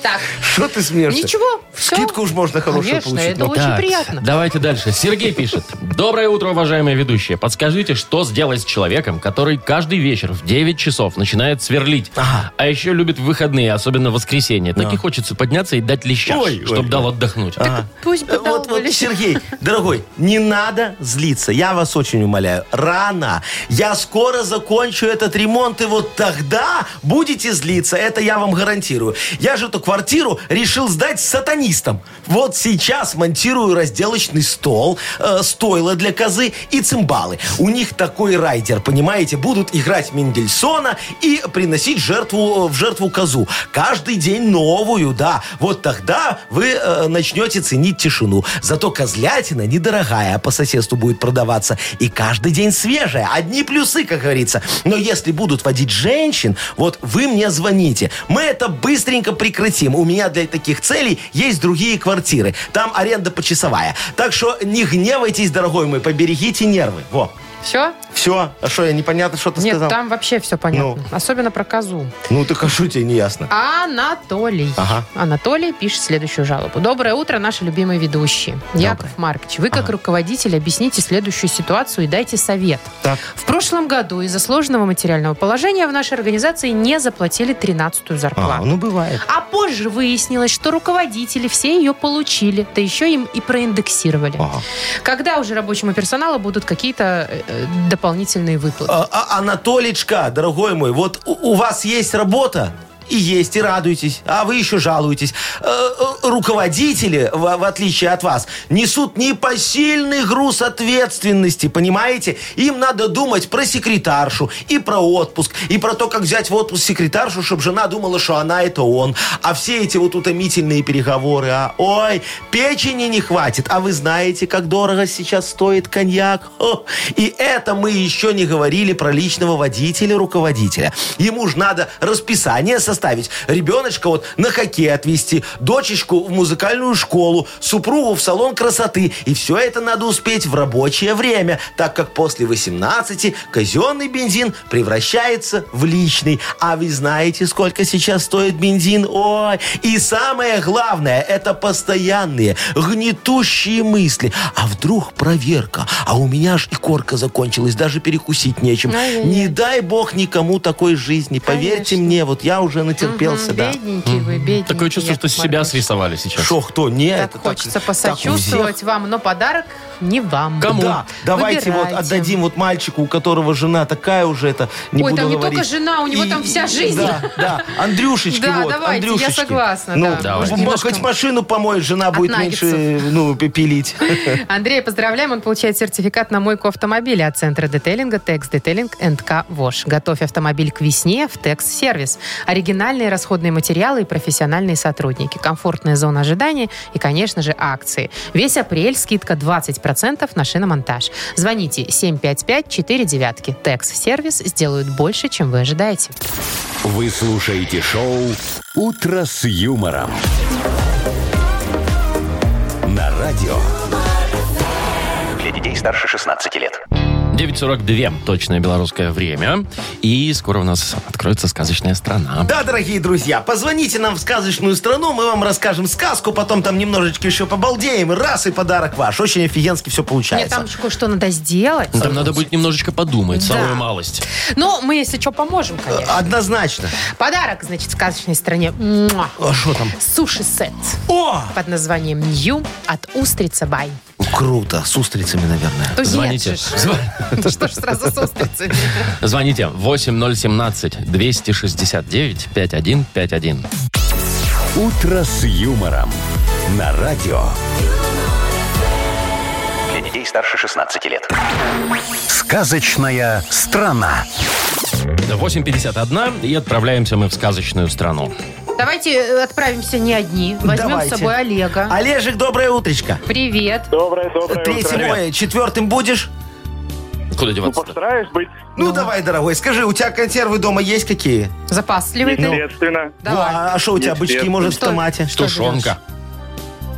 C: Так,
E: Что ты смеешься?
C: ничего. Все.
E: Скидку уж можно хорошую
C: Конечно,
E: получить.
C: это
E: Ну,
C: очень
B: Так,
C: приятно.
B: Давайте дальше. Сергей пишет. Доброе утро, уважаемые ведущие. Подскажите, что сделать с человеком, который каждый вечер в 9 часов начинает сверлить,
E: Ага.
B: а еще любит выходные, особенно воскресенье. Так и хочется подняться и дать леща, чтобы дал отдохнуть.
C: Пусть бы
E: Э, Вот, вот,
C: долбали.
E: Сергей, дорогой, не надо злиться. Я вас очень умоляю. Рано. Я скоро закончу этот ремонт, и вот тогда будете злиться. Это я вам гарантирую. Я же эту квартиру решил сдать сатанистам. Вот сейчас монтирую разделочный стол, э, стойло для козы и цимбалы. У них такой райдер, понимаете? Будут играть Мендельсона и приносить жертву, э, в жертву козу. Каждый день новую, да. Вот тогда вы э, начнете ценить тишину. Зато козлятина недорогая, а по соседству будет продаваться. И каждый день свежая. Одни плюсы, как говорится. Но если будут водить женщин, вот вы мне звоните. Мы это быстренько прекратим. У меня для таких целей есть другие квартиры. Там аренда почасовая. Так что не гневайтесь, дорогой мой, поберегите нервы. Во.
C: Все?
E: Все. А что, я непонятно что-то
C: Нет,
E: сказал?
C: там вообще все понятно. Особенно про козу.
E: Ну, ты кашу тебе не ясно.
C: Анатолий.
E: Ага.
C: Анатолий пишет следующую жалобу. Доброе утро, наши любимые ведущие. Яков Маркович, вы как руководитель объясните следующую ситуацию и дайте совет.
E: Так.
C: В прошлом году из-за сложного материального положения в нашей организации не заплатили 13-ю зарплату.
E: ну бывает.
C: А позже выяснилось, что руководители все ее получили, да еще им и проиндексировали.
E: Ага.
C: Когда уже рабочему персоналу будут какие-то э, э, дополнительные выплаты?
E: А- а- Анатоличка, дорогой мой, вот у, у вас есть работа? И есть, и радуйтесь. А вы еще жалуетесь. Э, э, Руководители, в, в отличие от вас, несут непосильный груз ответственности, понимаете? Им надо думать про секретаршу, и про отпуск, и про то, как взять в отпуск секретаршу, чтобы жена думала, что она это он. А все эти вот утомительные переговоры, а ой, печени не хватит. А вы знаете, как дорого сейчас стоит коньяк? О, и это мы еще не говорили про личного водителя-руководителя. Ему же надо расписание составить заставить ребеночка вот на хоккей отвезти, дочечку в музыкальную школу, супругу в салон красоты. И все это надо успеть в рабочее время, так как после 18 казенный бензин превращается в личный. А вы знаете, сколько сейчас стоит бензин? Ой, и самое главное, это постоянные гнетущие мысли. А вдруг проверка? А у меня аж и корка закончилась, даже перекусить нечем.
C: Ай-яй-яй.
E: Не дай бог никому такой жизни. Поверьте
C: Конечно.
E: мне, вот я уже натерпелся,
C: Мгм,
E: да.
C: Бедненький вы, бедненький.
B: Такое чувство, что
C: Яков
B: себя
C: Маркович.
B: срисовали сейчас.
E: Шо, кто? Нет.
C: Так
E: это
C: хочется
E: так у
C: посочувствовать
E: всех.
C: вам, но подарок не вам.
B: Кому?
E: Да, давайте
C: Выбирайте.
E: вот отдадим вот мальчику, у которого жена такая уже, это не
C: Ой,
E: буду
C: там не только
E: говорить.
C: жена, у него там вся жизнь.
E: Да, да, Андрюшечки,
C: Да,
E: вот,
C: давайте, я
E: Андрюшечки.
C: согласна,
E: Ну,
C: да.
B: Давайте.
E: может,
C: Немножко.
E: хоть машину помоет, жена
C: От
E: будет
C: наггетсов.
E: меньше, ну, пилить.
C: Андрей, поздравляем, он получает сертификат на мойку автомобиля от центра детейлинга Текс Детейлинг НК ВОЖ. Готовь автомобиль к весне в Текс Сервис. Оригинальные расходные материалы и профессиональные сотрудники, комфортная зона ожидания и, конечно же, акции. Весь апрель скидка 20% на шиномонтаж. Звоните 755-49. Текс Сервис сделают больше, чем вы ожидаете.
A: Вы слушаете шоу «Утро с юмором». На радио.
G: Для детей старше 16 лет.
B: 9.42 точное белорусское время. И скоро у нас откроется сказочная страна.
E: Да, дорогие друзья, позвоните нам в сказочную страну, мы вам расскажем сказку, потом там немножечко еще побалдеем, и раз, и подарок ваш. Очень офигенски все
C: Мне
E: получается.
C: там еще кое-что надо сделать.
B: Там надо будет немножечко подумать, самую малость.
C: Но мы, если что, поможем, конечно.
E: Однозначно.
C: Подарок, значит, в сказочной стране. Муа.
E: А что там?
C: Суши-сет
E: О!
C: под названием «Нью» от Устрица Бай.
E: Круто, с устрицами, наверное.
C: То нет
B: Звоните.
C: же ж. Ну Что ж сразу с устрицами?
B: Звоните 8017-269-5151.
A: «Утро с юмором». На радио.
G: Для детей старше 16 лет.
A: Сказочная страна.
B: 8.51 и отправляемся мы в сказочную страну.
C: Давайте э, отправимся не одни. Возьмем с
E: Давайте. А-
C: собой Олега.
E: Олежек, доброе утречко.
C: Привет.
I: Доброе, доброе
E: Третье мое, четвертым будешь?
B: Куда деваться?
I: Постараюсь быть
E: Ну, давай, дорогой, скажи, у тебя консервы дома есть какие?
C: Запасливый ты.
I: следственно.
C: Давай.
E: Во, а что у тебя,
I: Есть,
E: бычки,
I: есть.
E: может, в
C: Что?
E: томате?
C: Что?
B: Тушенка.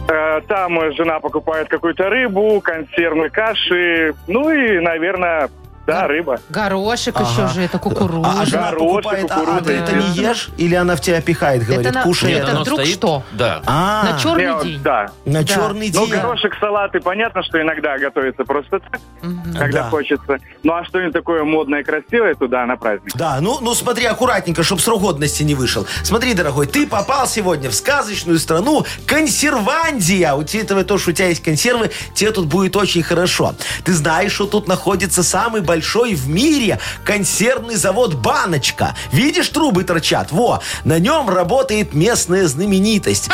I: Э, Там э, жена покупает какую-то рыбу, консервы, каши, ну и, наверное, да, рыба.
C: Горошек
E: Ага.
C: еще же, это
E: А, а
C: кукуруза.
E: жена
I: Горошек,
E: покупает, а, а ты
I: кукуруза,
E: это не
I: естественно.
E: ешь? Или она в тебя пихает, говорит,
C: на-
E: кушай
C: Нет,
E: это?
C: она- вдруг что?
B: Да.
E: А,
C: На
I: Не,
C: черный
I: вот,
C: день.
I: Да.
E: на
C: Да.
E: черный
I: Ну,
E: день.
I: горошек, салаты, понятно, что иногда готовится просто так,
C: Мгм.
I: когда
E: Да.
I: хочется. Ну, а что-нибудь такое модное, красивое туда на праздник.
E: Да, ну, ну смотри аккуратненько, чтобы срок годности не вышел. Смотри, дорогой, ты попал сегодня в сказочную страну консервандия. Учитывая то, что у тебя есть консервы, тебе тут будет очень хорошо. Ты знаешь, что тут находится самый большой в мире консервный завод «Баночка». Видишь, трубы торчат? Во! На нем работает местная знаменитость.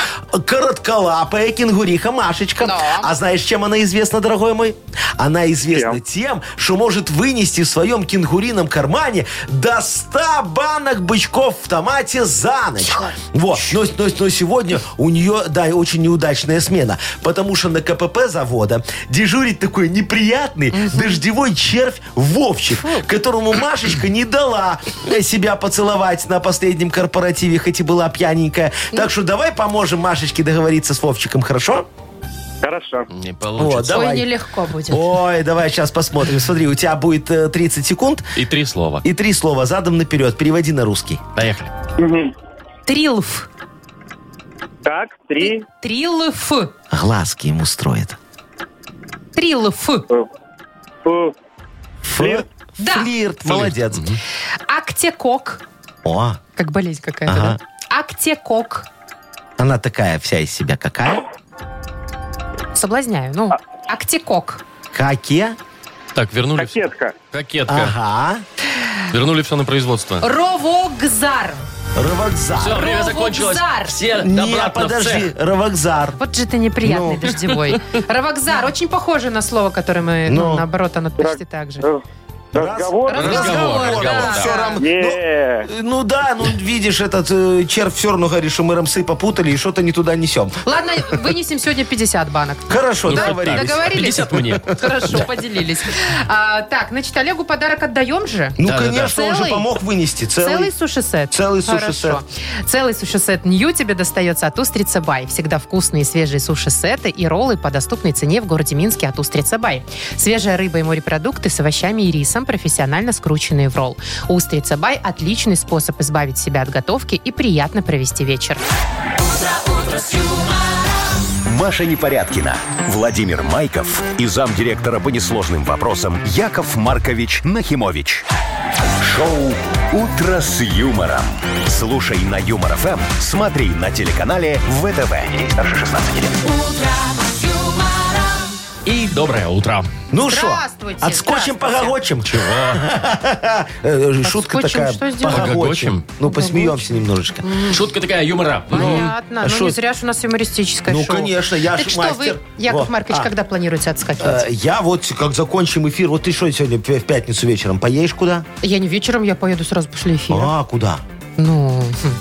E: Коротколапая кенгуриха Машечка.
C: Да.
E: А знаешь, чем она известна, дорогой мой? Она известна тем, что может вынести в своем кенгурином кармане до 100 банок бычков в томате за ночь. Вот. Но, но- но сегодня у нее, да, и очень неудачная смена, потому что на КПП завода дежурит такой неприятный дождевой червь Вовчик, которому Машечка не дала э, себя поцеловать на последнем корпоративе, хоть и была пьяненькая. Так что давай поможем Машечке договориться с Вовчиком, хорошо?
I: Хорошо.
B: Не
E: Вот,
B: получится.
C: Ой,
E: давай.
C: нелегко будет.
E: Ой, давай сейчас посмотрим. Смотри, у тебя будет э, 30 секунд
B: И три слова.
E: и три слова задом наперед. Переводи на русский.
B: Поехали.
I: Мгм.
C: Трилф.
I: Так, три.
C: Трилф.
E: Глазки ему строит.
C: Трилф.
I: Фу.
E: Флирт.
C: Да.
E: Флирт. Молодец.
C: Актекок.
E: О,
C: Как болезнь какая-то,
E: Ага.
C: да? Актекок.
E: она такая вся из себя какая?
C: Соблазняю. Ну, актикок.
E: Каке?
B: Так, вернули... всё.
I: Кокетка.
B: Кокетка.
E: Ага.
B: Вернули все на производство.
C: Ровокзар.
B: Все,
E: Равокзар.
B: время закончилось.
C: Ровокзар.
B: Все
E: Не,
B: обратно в
E: подожди,
B: цех.
E: равокзар.
C: Вот же ты неприятный дождевой. Ровокзар. Очень похоже на слово, которое мы... Ну,
E: Ну.
C: наоборот, оно почти так же.
I: Э, Разговор?
C: Раз- Разговор, да.
E: Все равно.
I: Не.
E: Ну, ну да, ну видишь, этот э, червь все равно говорит, что мы рамсы попутали и что-то не туда несем.
C: Ладно, вынесем сегодня 50 банок.
E: Хорошо,
B: Ну,
E: да?
B: хоть так.
C: Договорились?
B: 50 мне.
C: Хорошо, поделились. А, так, значит, Олегу подарок отдаем же?
E: Ну,
B: Да-да-да.
E: конечно, он же
C: Целый?
E: помог вынести.
C: Целый
E: Целый.
C: суши-сет.
E: Целый
C: Хорошо.
E: суши-сет.
C: Целый суши-сет Нью тебе достается от Устрица Бай. Всегда вкусные свежие суши-сеты и роллы по доступной цене в городе Минске от Устрица Бай. Свежая рыба и морепродукты с овощами и рисом, профессионально скрученные в ролл. Устрица Бай – отличный способ избавить себя от готовки и приятно провести вечер.
A: Маша Непорядкина, Владимир Майков и замдиректора по несложным вопросам Яков Маркович Нахимович. Шоу «Утро с юмором». Слушай на Юмор ФМ, смотри на телеканале ВТВ. Ей старше 16 лет.
B: И доброе утро.
E: Ну что,
C: Здравствуйте,
E: отскочим
C: здравствуйте.
E: погогочем. Чего? Шутка
C: Отскочим,
E: такая.
C: что сделаем?
B: Погогочем.
E: Погогочем. Ну, посмеемся немножечко.
B: Шутка такая, юмора.
C: Понятно.
E: а
C: Ну,
E: шо-
C: не зря же у нас юмористическое
E: Ну,
C: шоу.
E: конечно, я
C: Так
E: ж
C: что вы,
E: мастер.
C: Яков
E: Во.
C: Маркович,
E: А.
C: когда планируете отскакивать?
E: Э, Я вот, как закончим эфир, вот ты что сегодня в пятницу вечером? Поедешь куда?
C: Я не вечером, я поеду сразу после эфира.
E: А, куда?
C: Ну, хм,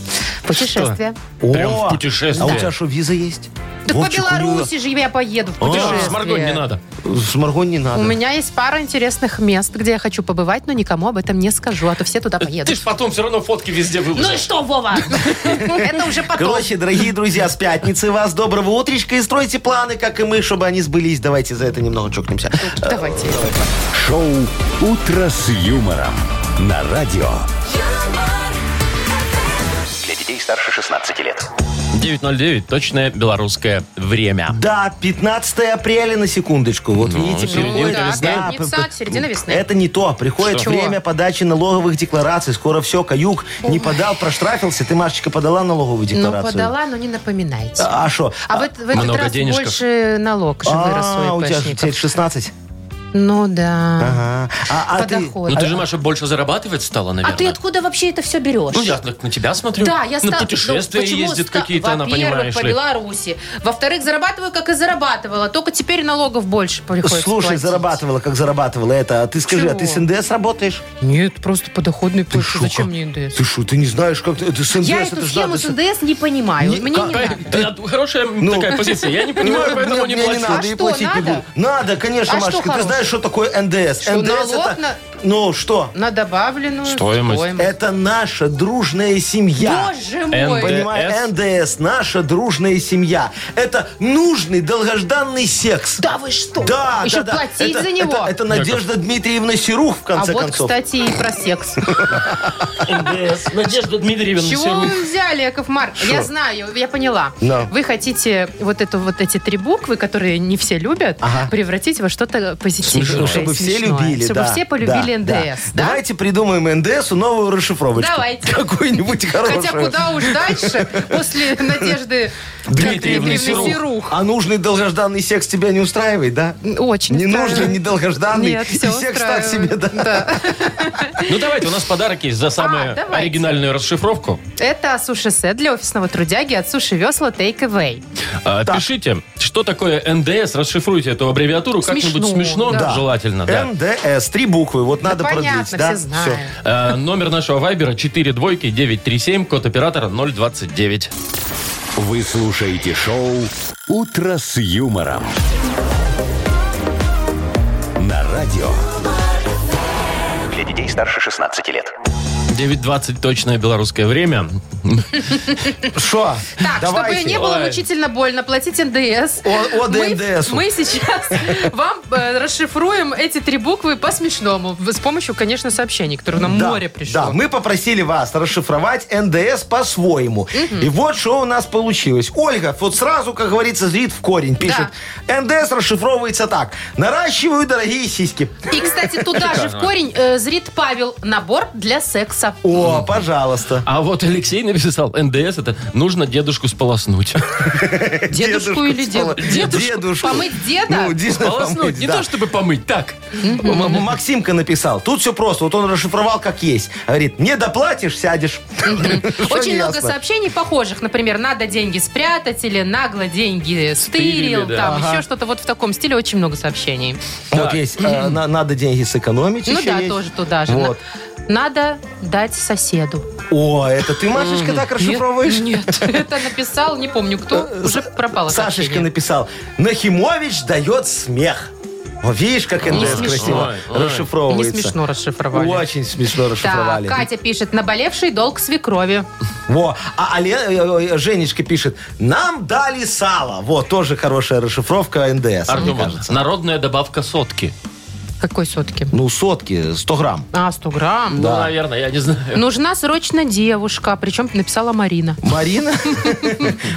C: путешествие.
B: Прям
E: О,
B: в путешествие.
E: А у тебя что, виза есть?
C: Да по
E: Вовчик, у него-
C: Беларуси же я поеду в путешествие.
B: А, С Марго не надо.
E: С Марго не надо.
C: У меня есть пара интересных мест, где я хочу побывать, но никому об этом не скажу, а то все туда
B: Э, Ты
C: поедут.
B: ж потом все равно фотки везде
C: Ну и
B: выложишь.
C: что, Вова? Это уже потом.
E: Короче, дорогие друзья, с пятницы вас доброго утречка и стройте планы, как и мы, чтобы они сбылись. Давайте за это немного чокнемся.
C: Давайте.
A: Шоу «Утро с юмором» на радио.
G: Для детей старше 16 лет.
B: 9.09, точное белорусское время.
E: Да, 15 апреля на секундочку. Вот видите, приходит.
C: да,
E: Да,
C: Ну, пятница,
E: п- п-
C: середина весны.
E: Это не то. Приходит
C: Что?
E: время подачи налоговых деклараций. Скоро все, каюк не подал, проштрафился. Ты, Машечка, подала налоговую
C: Ну,
E: декларацию?
C: подала, но не напоминайте.
E: А что?
C: А в, эт- в этот
B: Много
C: раз
B: денежков.
C: больше налог
B: А,
C: же вырос у
E: а у тебя
C: ИПшников.
E: теперь 16?
C: Ну да.
E: Ага. А, а
C: По
E: ты-
C: доходу.
B: Ну ты же, Маша, больше зарабатывать стала, наверное.
C: А ты откуда вообще это все берешь?
B: Ну я так на тебя смотрю.
C: Да, я
B: На
C: ста-
B: путешествия
C: ну, почему
B: ездит
C: ста-
B: какие-то, она,
C: Во-первых,
B: понимаешь
C: по
B: ли.
C: Беларуси. Во-вторых, зарабатываю, как и зарабатывала. Только теперь налогов больше приходится
E: Слушай,
C: платить.
E: зарабатывала, как зарабатывала это. А ты скажи, а ты с
C: Чего?
E: НДС работаешь?
C: Нет, просто подоходный площадь.
E: шо,
C: Зачем
E: как-
C: мне НДС?
E: Ты что, ты не знаешь, как ты- это с НДС?
C: Я
E: это
C: эту
E: ж
C: схему
E: надо
C: с
E: с-
C: НДС не понимаю. Мне не
B: Какая-
C: надо.
B: Да, ну, Хорошая
C: Ну,
B: такая позиция. Я не понимаю, поэтому не
E: Ну, мне
B: плачу.
E: надо, и
C: А что,
E: платить не
C: Ну, надо?
E: буду. Надо, конечно,
C: А что
E: Машечка, ты
C: хорошего?
E: знаешь, что такое НДС?
C: Что,
E: НДС
C: налог
E: это...
C: на-
E: Ну, что?
C: На добавленную
B: Стоимость.
C: стоимость.
E: Это наша дружная семья.
C: Боже мой!
B: НДС.
E: Понимаешь, НДС, наша дружная семья. Это нужный, долгожданный секс.
C: Да вы что?
E: Да,
C: Еще
E: да, да.
C: платить
E: это,
C: за него?
E: Это, это Надежда Дмитриевна Серух, в
C: а
E: конце
C: вот,
E: концов.
C: кстати, и про секс.
B: НДС. Надежда Дмитриевна
C: Чего
B: Серова.
C: вы взяли, Яков Марк? Я знаю, я поняла.
E: Да.
C: Вы хотите вот, эту, вот эти три буквы, которые не все любят, превратить во что-то позитивное.
E: Ну, чтобы все
C: смешное.
E: любили,
C: Чтобы
E: да,
C: все полюбили
E: да, да.
C: НДС. да?
E: Давайте придумаем НДСу новую расшифровочку.
C: Давайте.
E: Какую-нибудь хорошую.
C: Хотя куда уж дальше, после Надежды
B: Дмитриевны
C: Серух.
E: А нужный долгожданный секс тебя не устраивает, да?
C: Очень
E: Не
C: устраивает.
E: нужный, не долгожданный.
C: Нет,
E: и
C: все
E: секс так себе, да.
B: Ну давайте, у нас подарок есть за самую
C: А, давайте.
B: оригинальную расшифровку.
C: Это суши-сет для офисного трудяги от суши-весла Take Away.
B: А, Пишите, что такое НДС, расшифруйте эту аббревиатуру как-нибудь смешно,
C: Смешно, да.
B: желательно. да.
E: НДС, три буквы, вот надо
C: Ну, Понятно,
E: продлить.
C: все
E: да?
C: знают.
E: Всё.
B: Э, Номер нашего вайбера 4 двойки 937, код оператора 029.
A: Вы слушаете шоу «Утро с юмором». На радио.
G: Для детей старше 16 лет.
B: 9.20 точное белорусское время.
E: Шо?
C: Так,
E: Давайте.
C: чтобы не было
B: Ой.
C: мучительно больно, платить НДС.
E: О- от
C: Мы-
E: НДСу.
C: Мы сейчас вам э, расшифруем эти три буквы по-смешному. В- С помощью, конечно, сообщений, которые нам
E: Да,
C: море
E: Да,
C: пришло.
E: мы попросили вас расшифровать НДС по-своему. И вот что у нас получилось. Ольга вот сразу, как говорится, зрит в корень, пишет. НДС расшифровывается так. Наращиваю дорогие сиськи.
C: И, кстати, туда же в корень э, зрит Павел. Набор для секса. Пожалуйста.
E: О, пожалуйста.
B: А вот Алексей написал, НДС это нужно дедушку сполоснуть.
C: А Дедушку или
E: Дедушку.
C: дедушку? Помыть деда?
E: Ну, деда
B: Сполоснуть,
E: помыть,
B: не
E: да.
B: то чтобы помыть, так.
E: М- М- Максимка написал. Тут все просто. Вот он расшифровал как есть. Говорит, не доплатишь, сядешь. Что
C: Очень много
E: неясно.
C: сообщений похожих. Например, надо деньги спрятать или нагло деньги
B: Стырили,
C: стырил.
B: да.
C: Там еще что-то вот в таком стиле. Очень много сообщений.
E: Вот есть, э, на- надо деньги сэкономить.
C: Ну
E: еще
C: да,
E: есть.
C: тоже туда же.
E: Вот.
C: На- Надо дать соседу.
E: О, это ты, Машечка, так расшифровываешь? Э,
C: Нет, это написал, не помню кто, уже пропало
E: Сашечка
C: сообщение.
E: написал. Нахимович дает смех. О, видишь, как НДС
C: смешно.
E: красиво
B: Ой, ой.
C: Не
E: расшифровывается.
C: смешно расшифровали.
E: Очень смешно
C: Так,
E: расшифровали.
C: Катя пишет, наболевший долг свекрови.
E: Во. А Але- э, э, Женечка пишет, нам дали сало. Вот, тоже хорошая расшифровка НДС, мне
B: Артем,
E: кажется.
B: народная добавка сотки.
C: Какой сотки?
E: Ну, сотки, 100 грамм.
C: А, 100 грамм.
B: Ну, наверное, я не знаю.
C: Нужна срочно девушка, причем написала Марина.
E: Марина?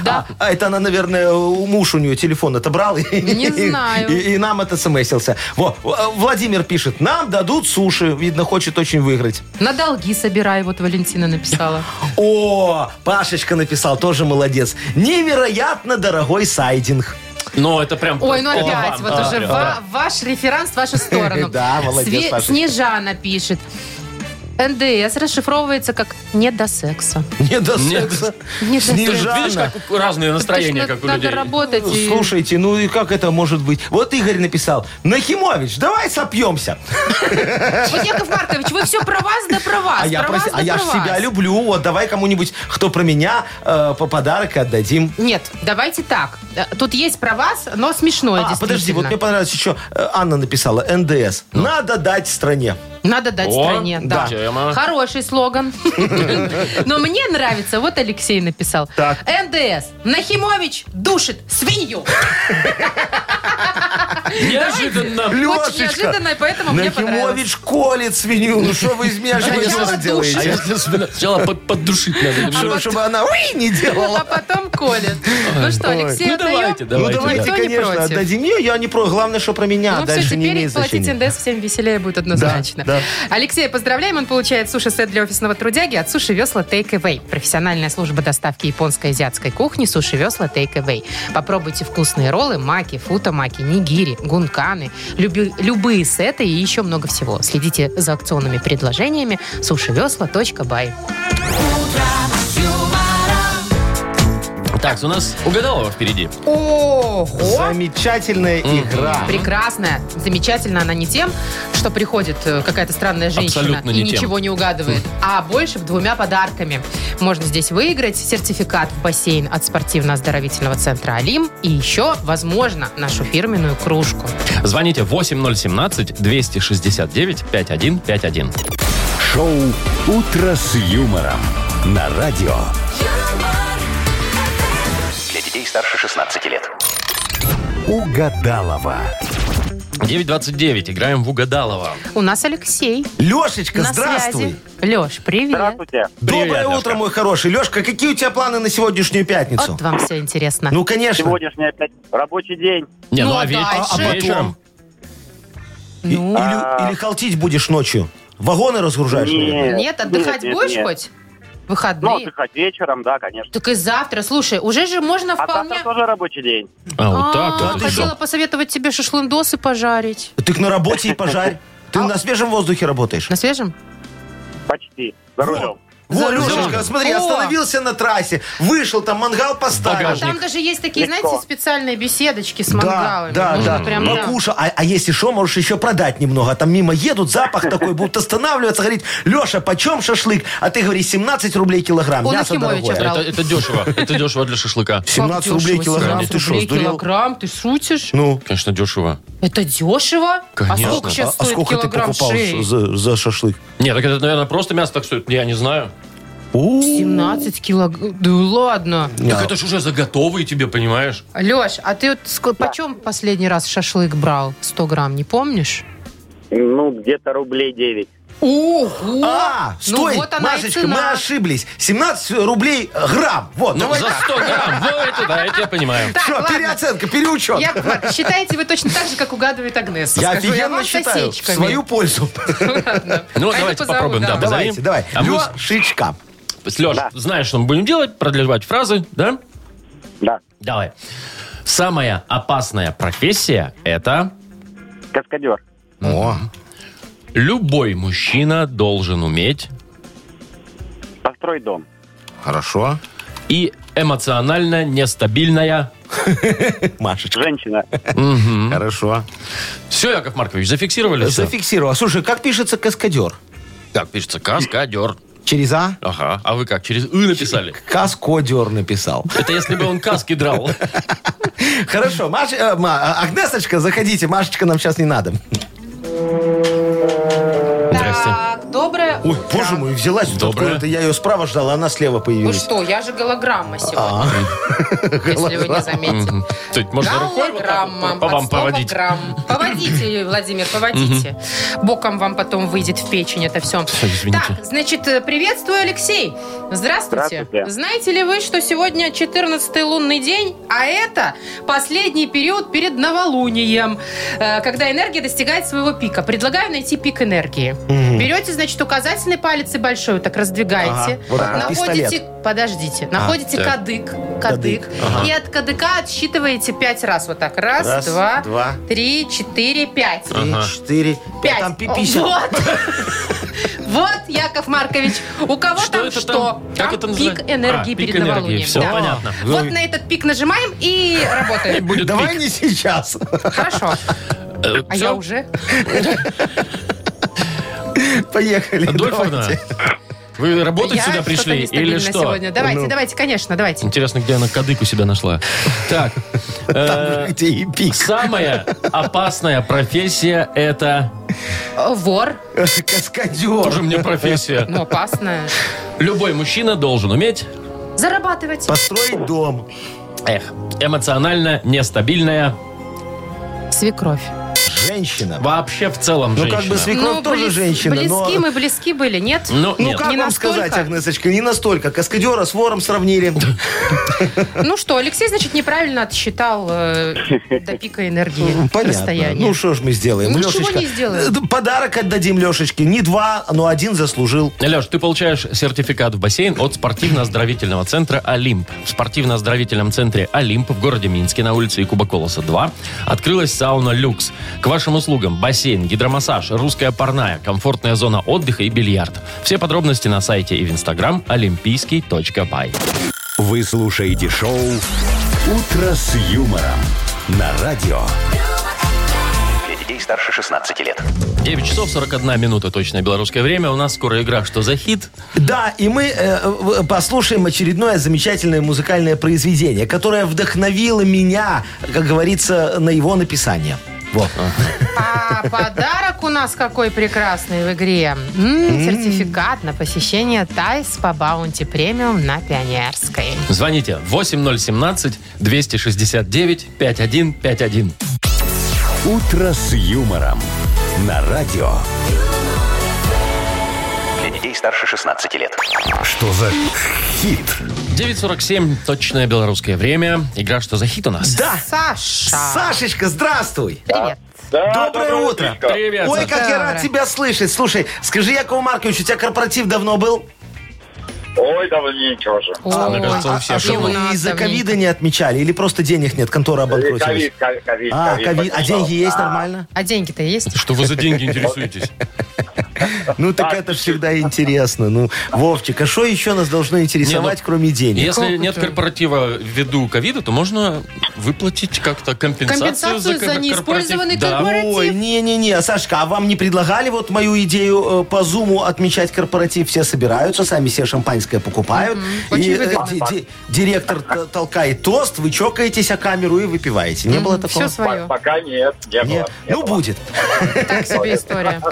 C: Да.
E: А это она, наверное, у муж у нее телефон отобрал. и-
C: Не
E: и-
C: знаю.
E: И, и нам это смсился. Во, а, Владимир пишет, нам дадут суши. Видно, хочет очень выиграть.
C: На долги собирай, вот Валентина написала.
E: О, Пашечка написал, тоже молодец. Невероятно дорогой сайдинг.
B: Но это прям...
C: Ой, ну
B: это
C: опять,
B: вам,
C: вот
B: да,
C: уже
B: прям,
C: ва- ваш реферанс в вашу сторону.
E: Да, молодец,
C: Све-
E: Пашечка.
C: Снежана пишет. НДС расшифровывается как «не до секса».
E: Не до
B: Нет.
E: секса.
C: Не до секса.
E: Снежана.
B: Видишь, как у- разные настроения,
C: Потому что
B: как у
C: надо
B: людей.
C: работать. и-
E: Слушайте, ну и как это может быть? Вот Игорь написал, Нахимович, давай сопьемся.
C: Вот, Яков Маркович, вы все про вас да про вас.
E: А я,
C: про
E: про
C: вас
E: се-
C: да
E: а я ж
C: про
E: себя
C: вас.
E: люблю. Вот давай кому-нибудь, кто про меня, э, по подарок отдадим.
C: Нет, давайте так. Э, Тут есть про вас, но смешное
E: А,
C: действительно. Ну.
E: подожди, вот мне понравилось еще, э, Анна написала, НДС. Надо дать стране.
C: Надо дать
B: О,
C: стране. Да.
B: тема.
C: Хороший слоган. Но мне нравится, вот Алексей написал. НДС. Нахимович душит свинью.
B: Неожиданно.
C: Очень
E: Лешечка,
C: неожиданно, и поэтому мне понравилось.
E: Нахимович колет свинью. Ну что вы из меня же
C: А я А
E: идиота
C: душит.
E: делаете?
B: А если сбила- сначала под- поддушить надо.
E: Что, чтобы она уи, не
C: А
E: делала.
C: потом колет. Ну что, Алексей,
B: Ну
C: отдаем?
B: давайте,
E: Ну
B: давайте.
E: давайте,
B: да.
C: Никто не
E: конечно,
C: против.
E: отдадим ее. Я не про. Главное, что про меня.
C: Ну все,
E: Дальше не
C: теперь
E: А, имеет
C: платить
E: значения.
C: НДС всем веселее будет однозначно.
E: Да,
C: Алексея поздравляем, он получает суши-сет для офисного трудяги от Суши Весла Take Away. Профессиональная служба доставки японской и азиатской кухни Суши Весла Take Away. Попробуйте вкусные роллы, маки, футамаки, нигири, гунканы, люби- любые сеты и еще много всего. Следите за акционными предложениями сушивесла.бай.
B: Так, у нас угадалова впереди.
C: Ого!
E: Замечательная игра.
C: Прекрасная, замечательно она не тем, что приходит э, какая-то странная женщина
B: Абсолютно не
C: и
B: тем. Хм.
C: ничего не угадывает, а больше двумя подарками. Можно здесь выиграть сертификат в бассейн от спортивно-оздоровительного центра «Алим» и еще, возможно, нашу фирменную кружку.
B: Звоните 8017-269-5151.
A: Шоу «Утро с юмором» на радио.
G: Для детей старше 16 лет.
A: Угадалова.
B: 9.29. Играем в угадалова.
C: У нас Алексей
E: Лешечка,
C: на
E: здравствуй.
C: связи. Леш, привет.
I: Здравствуйте.
B: Привет,
E: Доброе
B: Лёшка.
E: утро, мой хороший. Лешка, какие у тебя планы на сегодняшнюю пятницу?
C: Вот вам все интересно.
E: Ну, конечно.
I: Сегодняшний опять рабочий день.
B: Не,
C: Ну,
B: ну,
C: а
B: а, ве-
C: дальше?
B: а вечером? А.
E: И-
C: Ну.
E: Или, или колотить будешь ночью? Вагоны разгружаешь? наверное?
C: Нет, отдыхать
I: нет,
C: будешь
I: нет.
C: хоть?
I: Ну,
C: Выходные?
I: отдыхать вечером, да, конечно.
C: так и завтра. Слушай, уже же можно
I: А
C: Ну, вполне...
I: завтра тоже рабочий день.
B: А, вот так
C: А,
B: вот
C: хотела
B: ещё.
C: посоветовать тебе шашлындосы пожарить.
E: Так на работе и пожарь. Ты на свежем воздухе работаешь.
C: А. На свежем?
I: Почти. За рулем.
E: Во,
C: За рулем.
E: Лешечка, смотри,
C: О!
E: остановился на трассе, вышел, там мангал поставил.
B: Багаж.
C: Там даже есть такие,
I: Легко.
C: знаете, специальные беседочки с
E: Да,
C: мангалами.
E: да,
C: Можно
E: да.
C: Прям, да.
E: Покушал. А, а если что, можешь еще продать немного. Там мимо едут, запах такой, будут останавливаться, говорить, Леша, почем шашлык? А ты говоришь, 17 рублей килограмм.
C: У
E: Мясо
C: Нахимовича
E: дорогое.
C: брал.
B: Это, это дешево. Это дешево для шашлыка.
E: 17
C: Как
E: рублей
C: дешево,
E: килограмм,
C: 17
E: ты что,
C: рублей
E: сдурел?
C: килограмм, ты шутишь?
E: Ну,
B: Конечно, дешево.
C: Это дешево?
B: Конечно.
C: А сколько
E: а,
C: сейчас
E: а
C: стоит
E: сколько ты
C: килограмм
E: покупал
C: шеи?
E: за, за шашлык?
B: Не, так это, наверное, просто мясо так стоит. Я не знаю.
E: У,
C: 17 килограмм. Да ладно.
E: Да.
B: Так это же уже заготовые тебе, понимаешь?
C: Леш, а ты вот ск- почем последний раз шашлык брал? 100 грамм, не помнишь?
I: Ну, где-то рублей 9.
C: Ого!
E: А, стой,
C: ну, вот она и
E: Машечка,
C: цена.
E: мы ошиблись. 17 рублей грамм. Вот,
B: Ну,
E: давай
B: за
E: так.
B: 100 грамм. Ну, это да, это я понимаю.
C: Так,
E: Всё,
C: ладно.
E: переоценка, переучет. Я,
C: Яков Маркович, считаете вы точно так же, как угадывает Агнеса. Скажу я
E: офигенно
C: вам
E: считаю. В
C: сосечками.
E: свою пользу.
C: Ладно.
B: Ну,
C: Пойду
B: давайте
C: позову,
B: попробуем, да, позовем.
E: Давайте, давай.
B: А мы с-
E: Лешечка.
B: Леш, знаешь, что мы будем делать? Продлевать фразы, да?
I: Да.
B: Давай. Самая опасная профессия – это...
I: Каскадер.
E: О,
B: Любой мужчина должен уметь
I: Построй дом.
E: хорошо.
B: и эмоционально нестабильная...
E: Машечка,
I: Женщина.
E: хорошо.
B: Все, Яков Маркович, зафиксировали всё?
E: Зафиксировал. Слушай, как пишется каскадер?
B: Как пишется? Каскадер.
E: Через А?
B: Ага. А вы как, через «ы» написали?
E: Каскодер написал.
B: Это если бы он каски драл.
E: Хорошо, Маш, э, Ма- а- Агнесочка, заходите. Машечка нам сейчас не надо.
B: Здрасте.
C: Так, доброе
E: Ой,
C: утро.
E: боже мой, взялась. тут
B: Доброе.
E: откуда-то. Я ее справа ждала, она слева
C: Вы
E: появилась.
C: что, я же голограмма
E: А.
C: сегодня, если вы не заметили.
B: Тут можно рукой вот так вот
C: Голограмма.
B: по вам
C: От слова
B: поводить.
C: грамм. Поводите, ее, Владимир, поводите. Боком вам потом выйдет в печень это все.
B: Всё, извините.
C: Так, значит, э, приветствую, Алексей. Здравствуйте.
I: Здравствуйте.
C: Знаете ли вы, что сегодня 14-й лунный день, а это последний период перед новолунием, э, когда энергия достигает своего пика. Предлагаю найти пик энергии. Берете, значит, указательный палец и большой, вот так раздвигаете.
E: Ага, вот так, как
C: Находите,
E: пистолет.
C: подождите, находите
B: А, так.
C: кадык, кадык, и от кадыка отсчитываете пять раз. Вот так. Раз,
E: Раз,
C: два,
E: два.
C: три, четыре, пять.
B: А.
E: Три, четыре, пять.
C: Пять.
E: Там пипися.
C: Вот. Вот, Яков Маркович, у кого
B: Что
C: там
B: это
C: что?
B: там? Как
C: Там
B: это называется?
C: пик энергии
B: А, пик
C: перед
B: энергии,
C: новолунием.
B: всё
C: Да.
B: понятно.
C: Вот
B: Вы-
C: на этот пик нажимаем и работаем.
B: Будет
E: Давай
B: пик.
E: не сейчас.
C: Хорошо.
B: Э,
C: А
B: всё?
C: я уже.
E: Поехали.
B: Адольфовна,
E: давайте.
B: вы работать
C: Я
B: сюда
C: что-то
B: пришли или
C: нестабильна
B: что? Ну.
C: сегодня. Давайте, давайте, конечно, давайте.
B: Интересно, где она кадык у себя нашла. Так,
E: Там
B: э,
E: же, где и пик.
B: самая опасная профессия это...
C: Э, Вор, ну,
E: Каскадер.
B: Тоже мне профессия.
C: но опасная.
B: Любой мужчина должен уметь...
C: Зарабатывать.
E: Построить дом.
B: Эх, эмоционально нестабильная
C: Свекровь.
E: Женщина.
B: вообще в целом
E: Ну, как
B: женщина.
E: бы свекровь тоже
C: близ-
E: женщина. но-
C: Близки мы близки были, нет?
B: Ну,
E: Ну,
B: нет.
E: как
C: Не
E: вам
C: настолько.
E: сказать, Агнесочка, не настолько. Каскадера с вором сравнили.
C: Ну что, Алексей, значит, неправильно отсчитал э, до пика энергии расстояние.
E: Ну, что ж мы сделаем?
C: Ничего
E: Лешечка,
C: не сделаем.
E: э, д- Подарок отдадим Лешечке. Не два, но один заслужил.
B: Леш, ты получаешь сертификат в бассейн от спортивно-оздоровительного центра «Олимп». В спортивно-оздоровительном центре «Олимп» в городе Минске на улице Якуба Колоса 2 открылась сауна «Люкс». К вашим услугам бассейн, гидромассаж, русская парная, комфортная зона отдыха и бильярд. Все подробности на сайте и в инстаграм олимпийский.бай.
A: Вы слушаете шоу «Утро с юмором» на радио.
G: Для детей старше 16 лет.
B: 9 часов 41 минута точное белорусское время. У нас скоро игра «Что за хит?»
E: Да, и мы э, в- послушаем очередное замечательное музыкальное произведение, которое вдохновило меня, как говорится, на его написание. Вот.
C: А подарок у нас какой прекрасный в игре. М, Сертификат на посещение Тайс по баунти премиум на Пионерской.
B: Звоните 8017-269-5151.
A: «Утро с юмором» на радио.
G: Для детей старше 16 лет.
A: Что за хит?
B: 9.47, точное белорусское время. Игра «Что за хит» у нас?
E: Да,
C: Саша.
E: Сашечка, здравствуй.
C: Привет.
E: Доброе утро.
B: Привет,
E: Ой,
B: Саш.
E: как я
C: Доброе.
E: рад тебя слышать. Слушай, скажи, Якову Маркович, у тебя корпоратив давно был?
I: Ой, давненько уже.
E: А,
B: мне кажется, А, у
C: Ой,
B: всех
C: и
E: Что
C: у
E: вы
C: нас
E: ну, из-за
C: давненько.
E: ковида не отмечали? Или просто денег нет, контора обанкротилась?
I: Э, Ковид, ковид, ковид.
E: А, ковид. А
I: поддержал.
E: деньги есть нормально?
C: А деньги-то есть?
B: Что вы за деньги интересуетесь?
E: Ну так это ж всегда интересно. Ну, Вовчик, а что еще нас должно интересовать,
B: Не, ну,
E: кроме денег?
B: Если нет корпоратива ввиду ковида, то можно выплатить как-то компенсацию,
C: Компенсацию за
B: корпоратив.
C: неиспользованный
B: Да.
C: корпоратив.
E: Ой, не-не-не, Сашка, а вам не предлагали вот мою идею э, по зуму отмечать корпоратив? Все собираются, сами себе шампанское покупают. И э, ди- ди- директор т- толкает тост, вы чокаетесь о камеру и выпиваете. Не было такого?
C: Все свое.
I: Пока нет, не
E: Не?
I: было. не
E: Ну,
I: было.
E: будет.
C: Так себе история.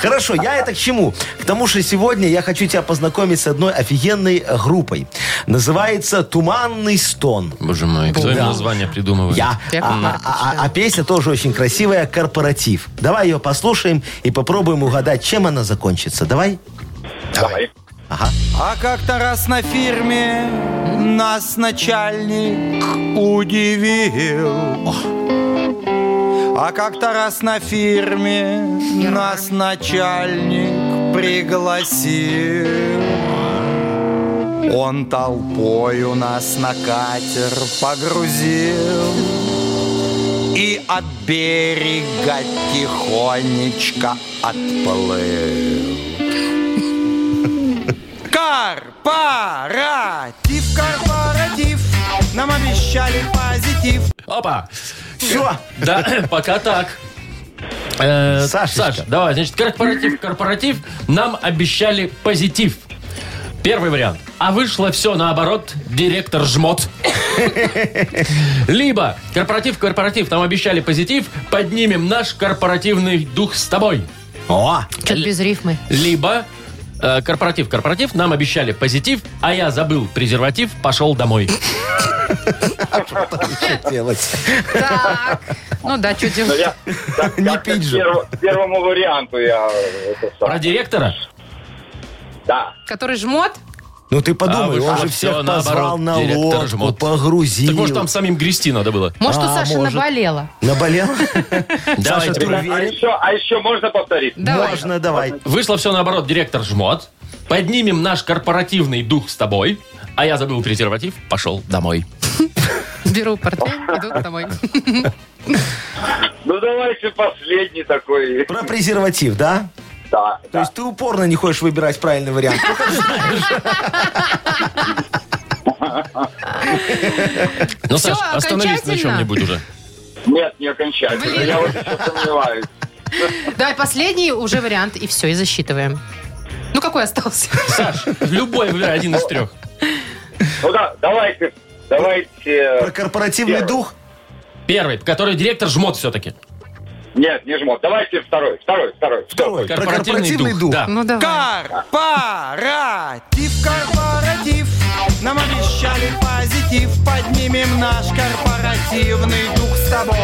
E: Хорошо, я это к чему? К тому, что сегодня я хочу тебя познакомить с одной офигенной э, группой. Называется «Туманный стон».
B: Боже мой, кто им
E: Да.
B: название придумывает?
E: Я.
C: Яков
E: А, а- а- а песня тоже очень красивая, корпоратив. Давай ее послушаем и попробуем угадать, чем она закончится. Давай.
F: Давай.
J: А как-то раз на фирме нас начальник удивил. А как-то раз на фирме нас начальник пригласил. Он толпою нас на катер погрузил. И от берега тихонечко отплыл. Корпоратив, корпоратив, нам обещали позитив.
B: Опа!
E: Все.
B: Да, пока так. Э,
E: Сашечка.
B: Саш, давай, значит, корпоратив, корпоратив, нам обещали позитив. Первый вариант. А вышло все наоборот, директор жмот. Либо корпоратив, корпоратив, нам обещали позитив, поднимем наш корпоративный дух с тобой.
E: О,
C: Что-то без рифмы.
B: Либо э, корпоратив, корпоратив, нам обещали позитив, а я забыл презерватив, пошел домой.
E: что делать?
C: Так. Ну да, что
F: Но
C: делать?
F: я так,
E: Не
F: как-то
E: пить же.
F: перво- Первому варианту я... э, это сам.
B: Про директора?
F: Да.
C: Который жмот?
E: Ну ты подумай,
B: вышло
E: он же
B: всё
E: всех позвал
B: наоборот,
E: на
B: директор
E: лодку,
B: жмот.
E: погрузил.
B: Так может там самим грести надо было?
C: Может, у
E: А,
C: Саши
E: может.
C: наболело?
E: Наболел?
B: Давайте.
E: ты
B: про-
E: уверен?
F: А еще, а еще можно повторить?
C: Давай.
E: Можно, давай.
B: Вышло все наоборот, директор жмот. Поднимем наш корпоративный дух с тобой. А я забыл презерватив, пошел домой.
C: Беру портфель, иду домой.
F: Ну давайте последний такой.
E: Про презерватив, да?
F: Да,
E: То есть ты упорно не хочешь выбирать правильный вариант. Ну, как
B: Ну,
C: Всё,
B: Саш, остановись на
C: окончательно?
B: чем-нибудь уже.
F: Нет, не окончательно.
C: Блин.
F: Я вот еще сомневаюсь.
C: Давай последний уже вариант, и все, и засчитываем. Ну, какой остался?
B: Саш, любой выбирай один из трех.
F: Ну да, давайте,
E: Про
F: давайте...
E: корпоративный
F: Первый.
E: дух?
B: Первый, который директор жмот все-таки.
F: Нет, не жмот. Давайте второй, второй, второй.
E: Второй. Про корпоративный дух.
B: Да.
C: Ну, давай.
J: Корпоратив, корпоратив, нам обещали позитив, поднимем наш корпоративный дух с тобой.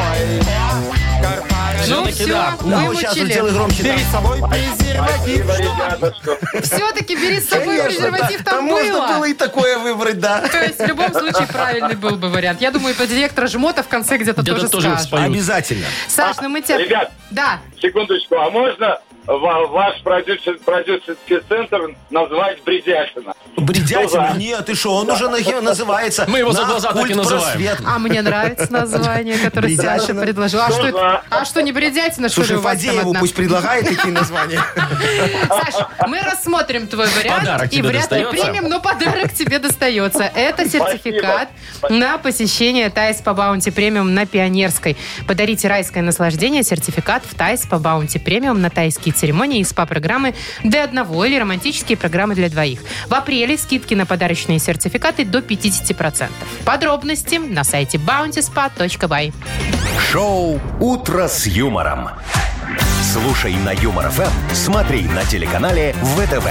J: Корпоратив,
C: Ну,
B: всё-таки
C: все,
B: да.
E: Да, вот сейчас вот делай
C: выучили.
E: громче. да.
J: бери с собой презерватив.
F: Спасибо, ребята, что...
C: Все-таки бери с собой
E: Конечно, да.
C: презерватив, там
E: можно было
C: было.
E: и такое выбрать, да.
C: То есть в любом случае правильный был бы вариант. Я думаю, по директора жмота в конце где-то
B: Где-то
C: тоже
B: тоже
C: скажешь.
B: споют.
E: Обязательно.
C: Саш, ну мы тебя...
F: Ребят.
C: Да.
F: Секундочку, а можно ва- ваш продюсер, продюсерский центр назвать Бредяшина?
E: Бредятина?
F: Ну да.
E: Нет, ты что, он уже на- называется.
B: Мы его за
E: на
B: глаза так и
E: культ
B: называем.
E: просвет.
C: А мне нравится название, которое Саша
E: Бредятина.
C: предложил. А что,
F: Ну
C: это-
F: да.
C: а что, не бредятина, что ли,
E: Слушай,
C: у вас там
E: Фадееву
C: одна?
E: пусть предлагает такие названия.
C: Саш, мы рассмотрим твой вариант
B: Подарок
C: и
B: тебе
C: вряд ли
B: достается?
C: примем, но подарок тебе достается. Это сертификат
F: Спасибо.
C: на посещение Тайс по Баунти Премиум на Пионерской. Подарите райское наслаждение сертификат в Тайс по Баунти Премиум на тайские церемонии и СПА-программы для одного или романтические программы для двоих. В апреле скидки на подарочные сертификаты до 50%. Подробности на сайте bountyspa.by.
A: Шоу «Утро с юмором». Слушай на Юмор ФМ, смотри на телеканале ВТВ.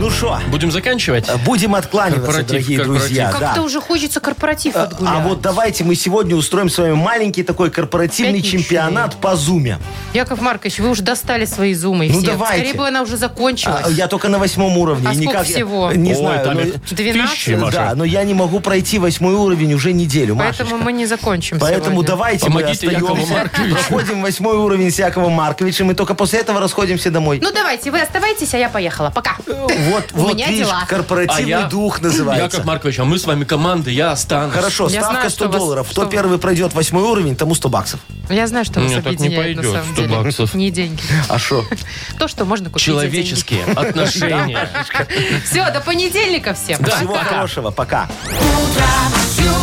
E: Ну что,
B: Будем заканчивать?
E: будем откланиваться,
B: Корпоратив,
E: дорогие
B: корпоратив.
E: друзья.
C: Как-то
E: А, да.
C: уже хочется корпоратив
E: А
C: отгулять.
E: а вот давайте мы сегодня устроим с вами маленький такой корпоративный
C: Пятничный.
E: чемпионат по зуме.
C: Яков Маркович, вы уже достали свои зумы
E: Ну,
C: все.
E: давайте.
C: Скорее бы она уже закончилась.
E: А, Я только на восьмом уровне.
C: А
E: и
C: сколько
E: никак я-
C: всего?
E: Не
B: Ой,
E: знаю.
B: там
E: но-
B: их
C: 12?
B: тысячи, Маша.
E: Да, ну, но я не могу пройти восьмой уровень уже неделю,
C: Поэтому
E: Машечка.
C: мы не закончим
E: Поэтому
C: сегодня.
E: давайте мы
B: Помогите Якову
E: остаемся,
B: Марковичу.
E: проходим восьмой уровень с Яковом Марковичем, и только после этого расходимся домой.
C: Ну, давайте, вы оставайтесь, а я поехала. Пока.
E: Вот,
C: у
E: вот,
C: меня
E: видишь,
C: дела.
B: А
E: корпоративный
B: я-
E: дух называется.
B: Яков Маркович, а мы с вами команда, я останусь.
E: Хорошо,
C: Я
E: ставка
C: знаю,
E: 100
C: что у вас-
E: долларов.
C: что
E: Кто
C: вы-
E: первый пройдет восьмой уровень, тому 100 баксов.
C: Я знаю, что вас
B: Нет, так не
C: объединяет на
B: пойдет,
C: самом
B: 100
C: деле.
B: баксов.
C: Не деньги.
E: А что?
C: То, что можно купить.
B: Человеческие отношения.
C: Все, до понедельника всем.
E: Всего
C: Пока.
E: хорошего, пока.
J: Утро с юмором.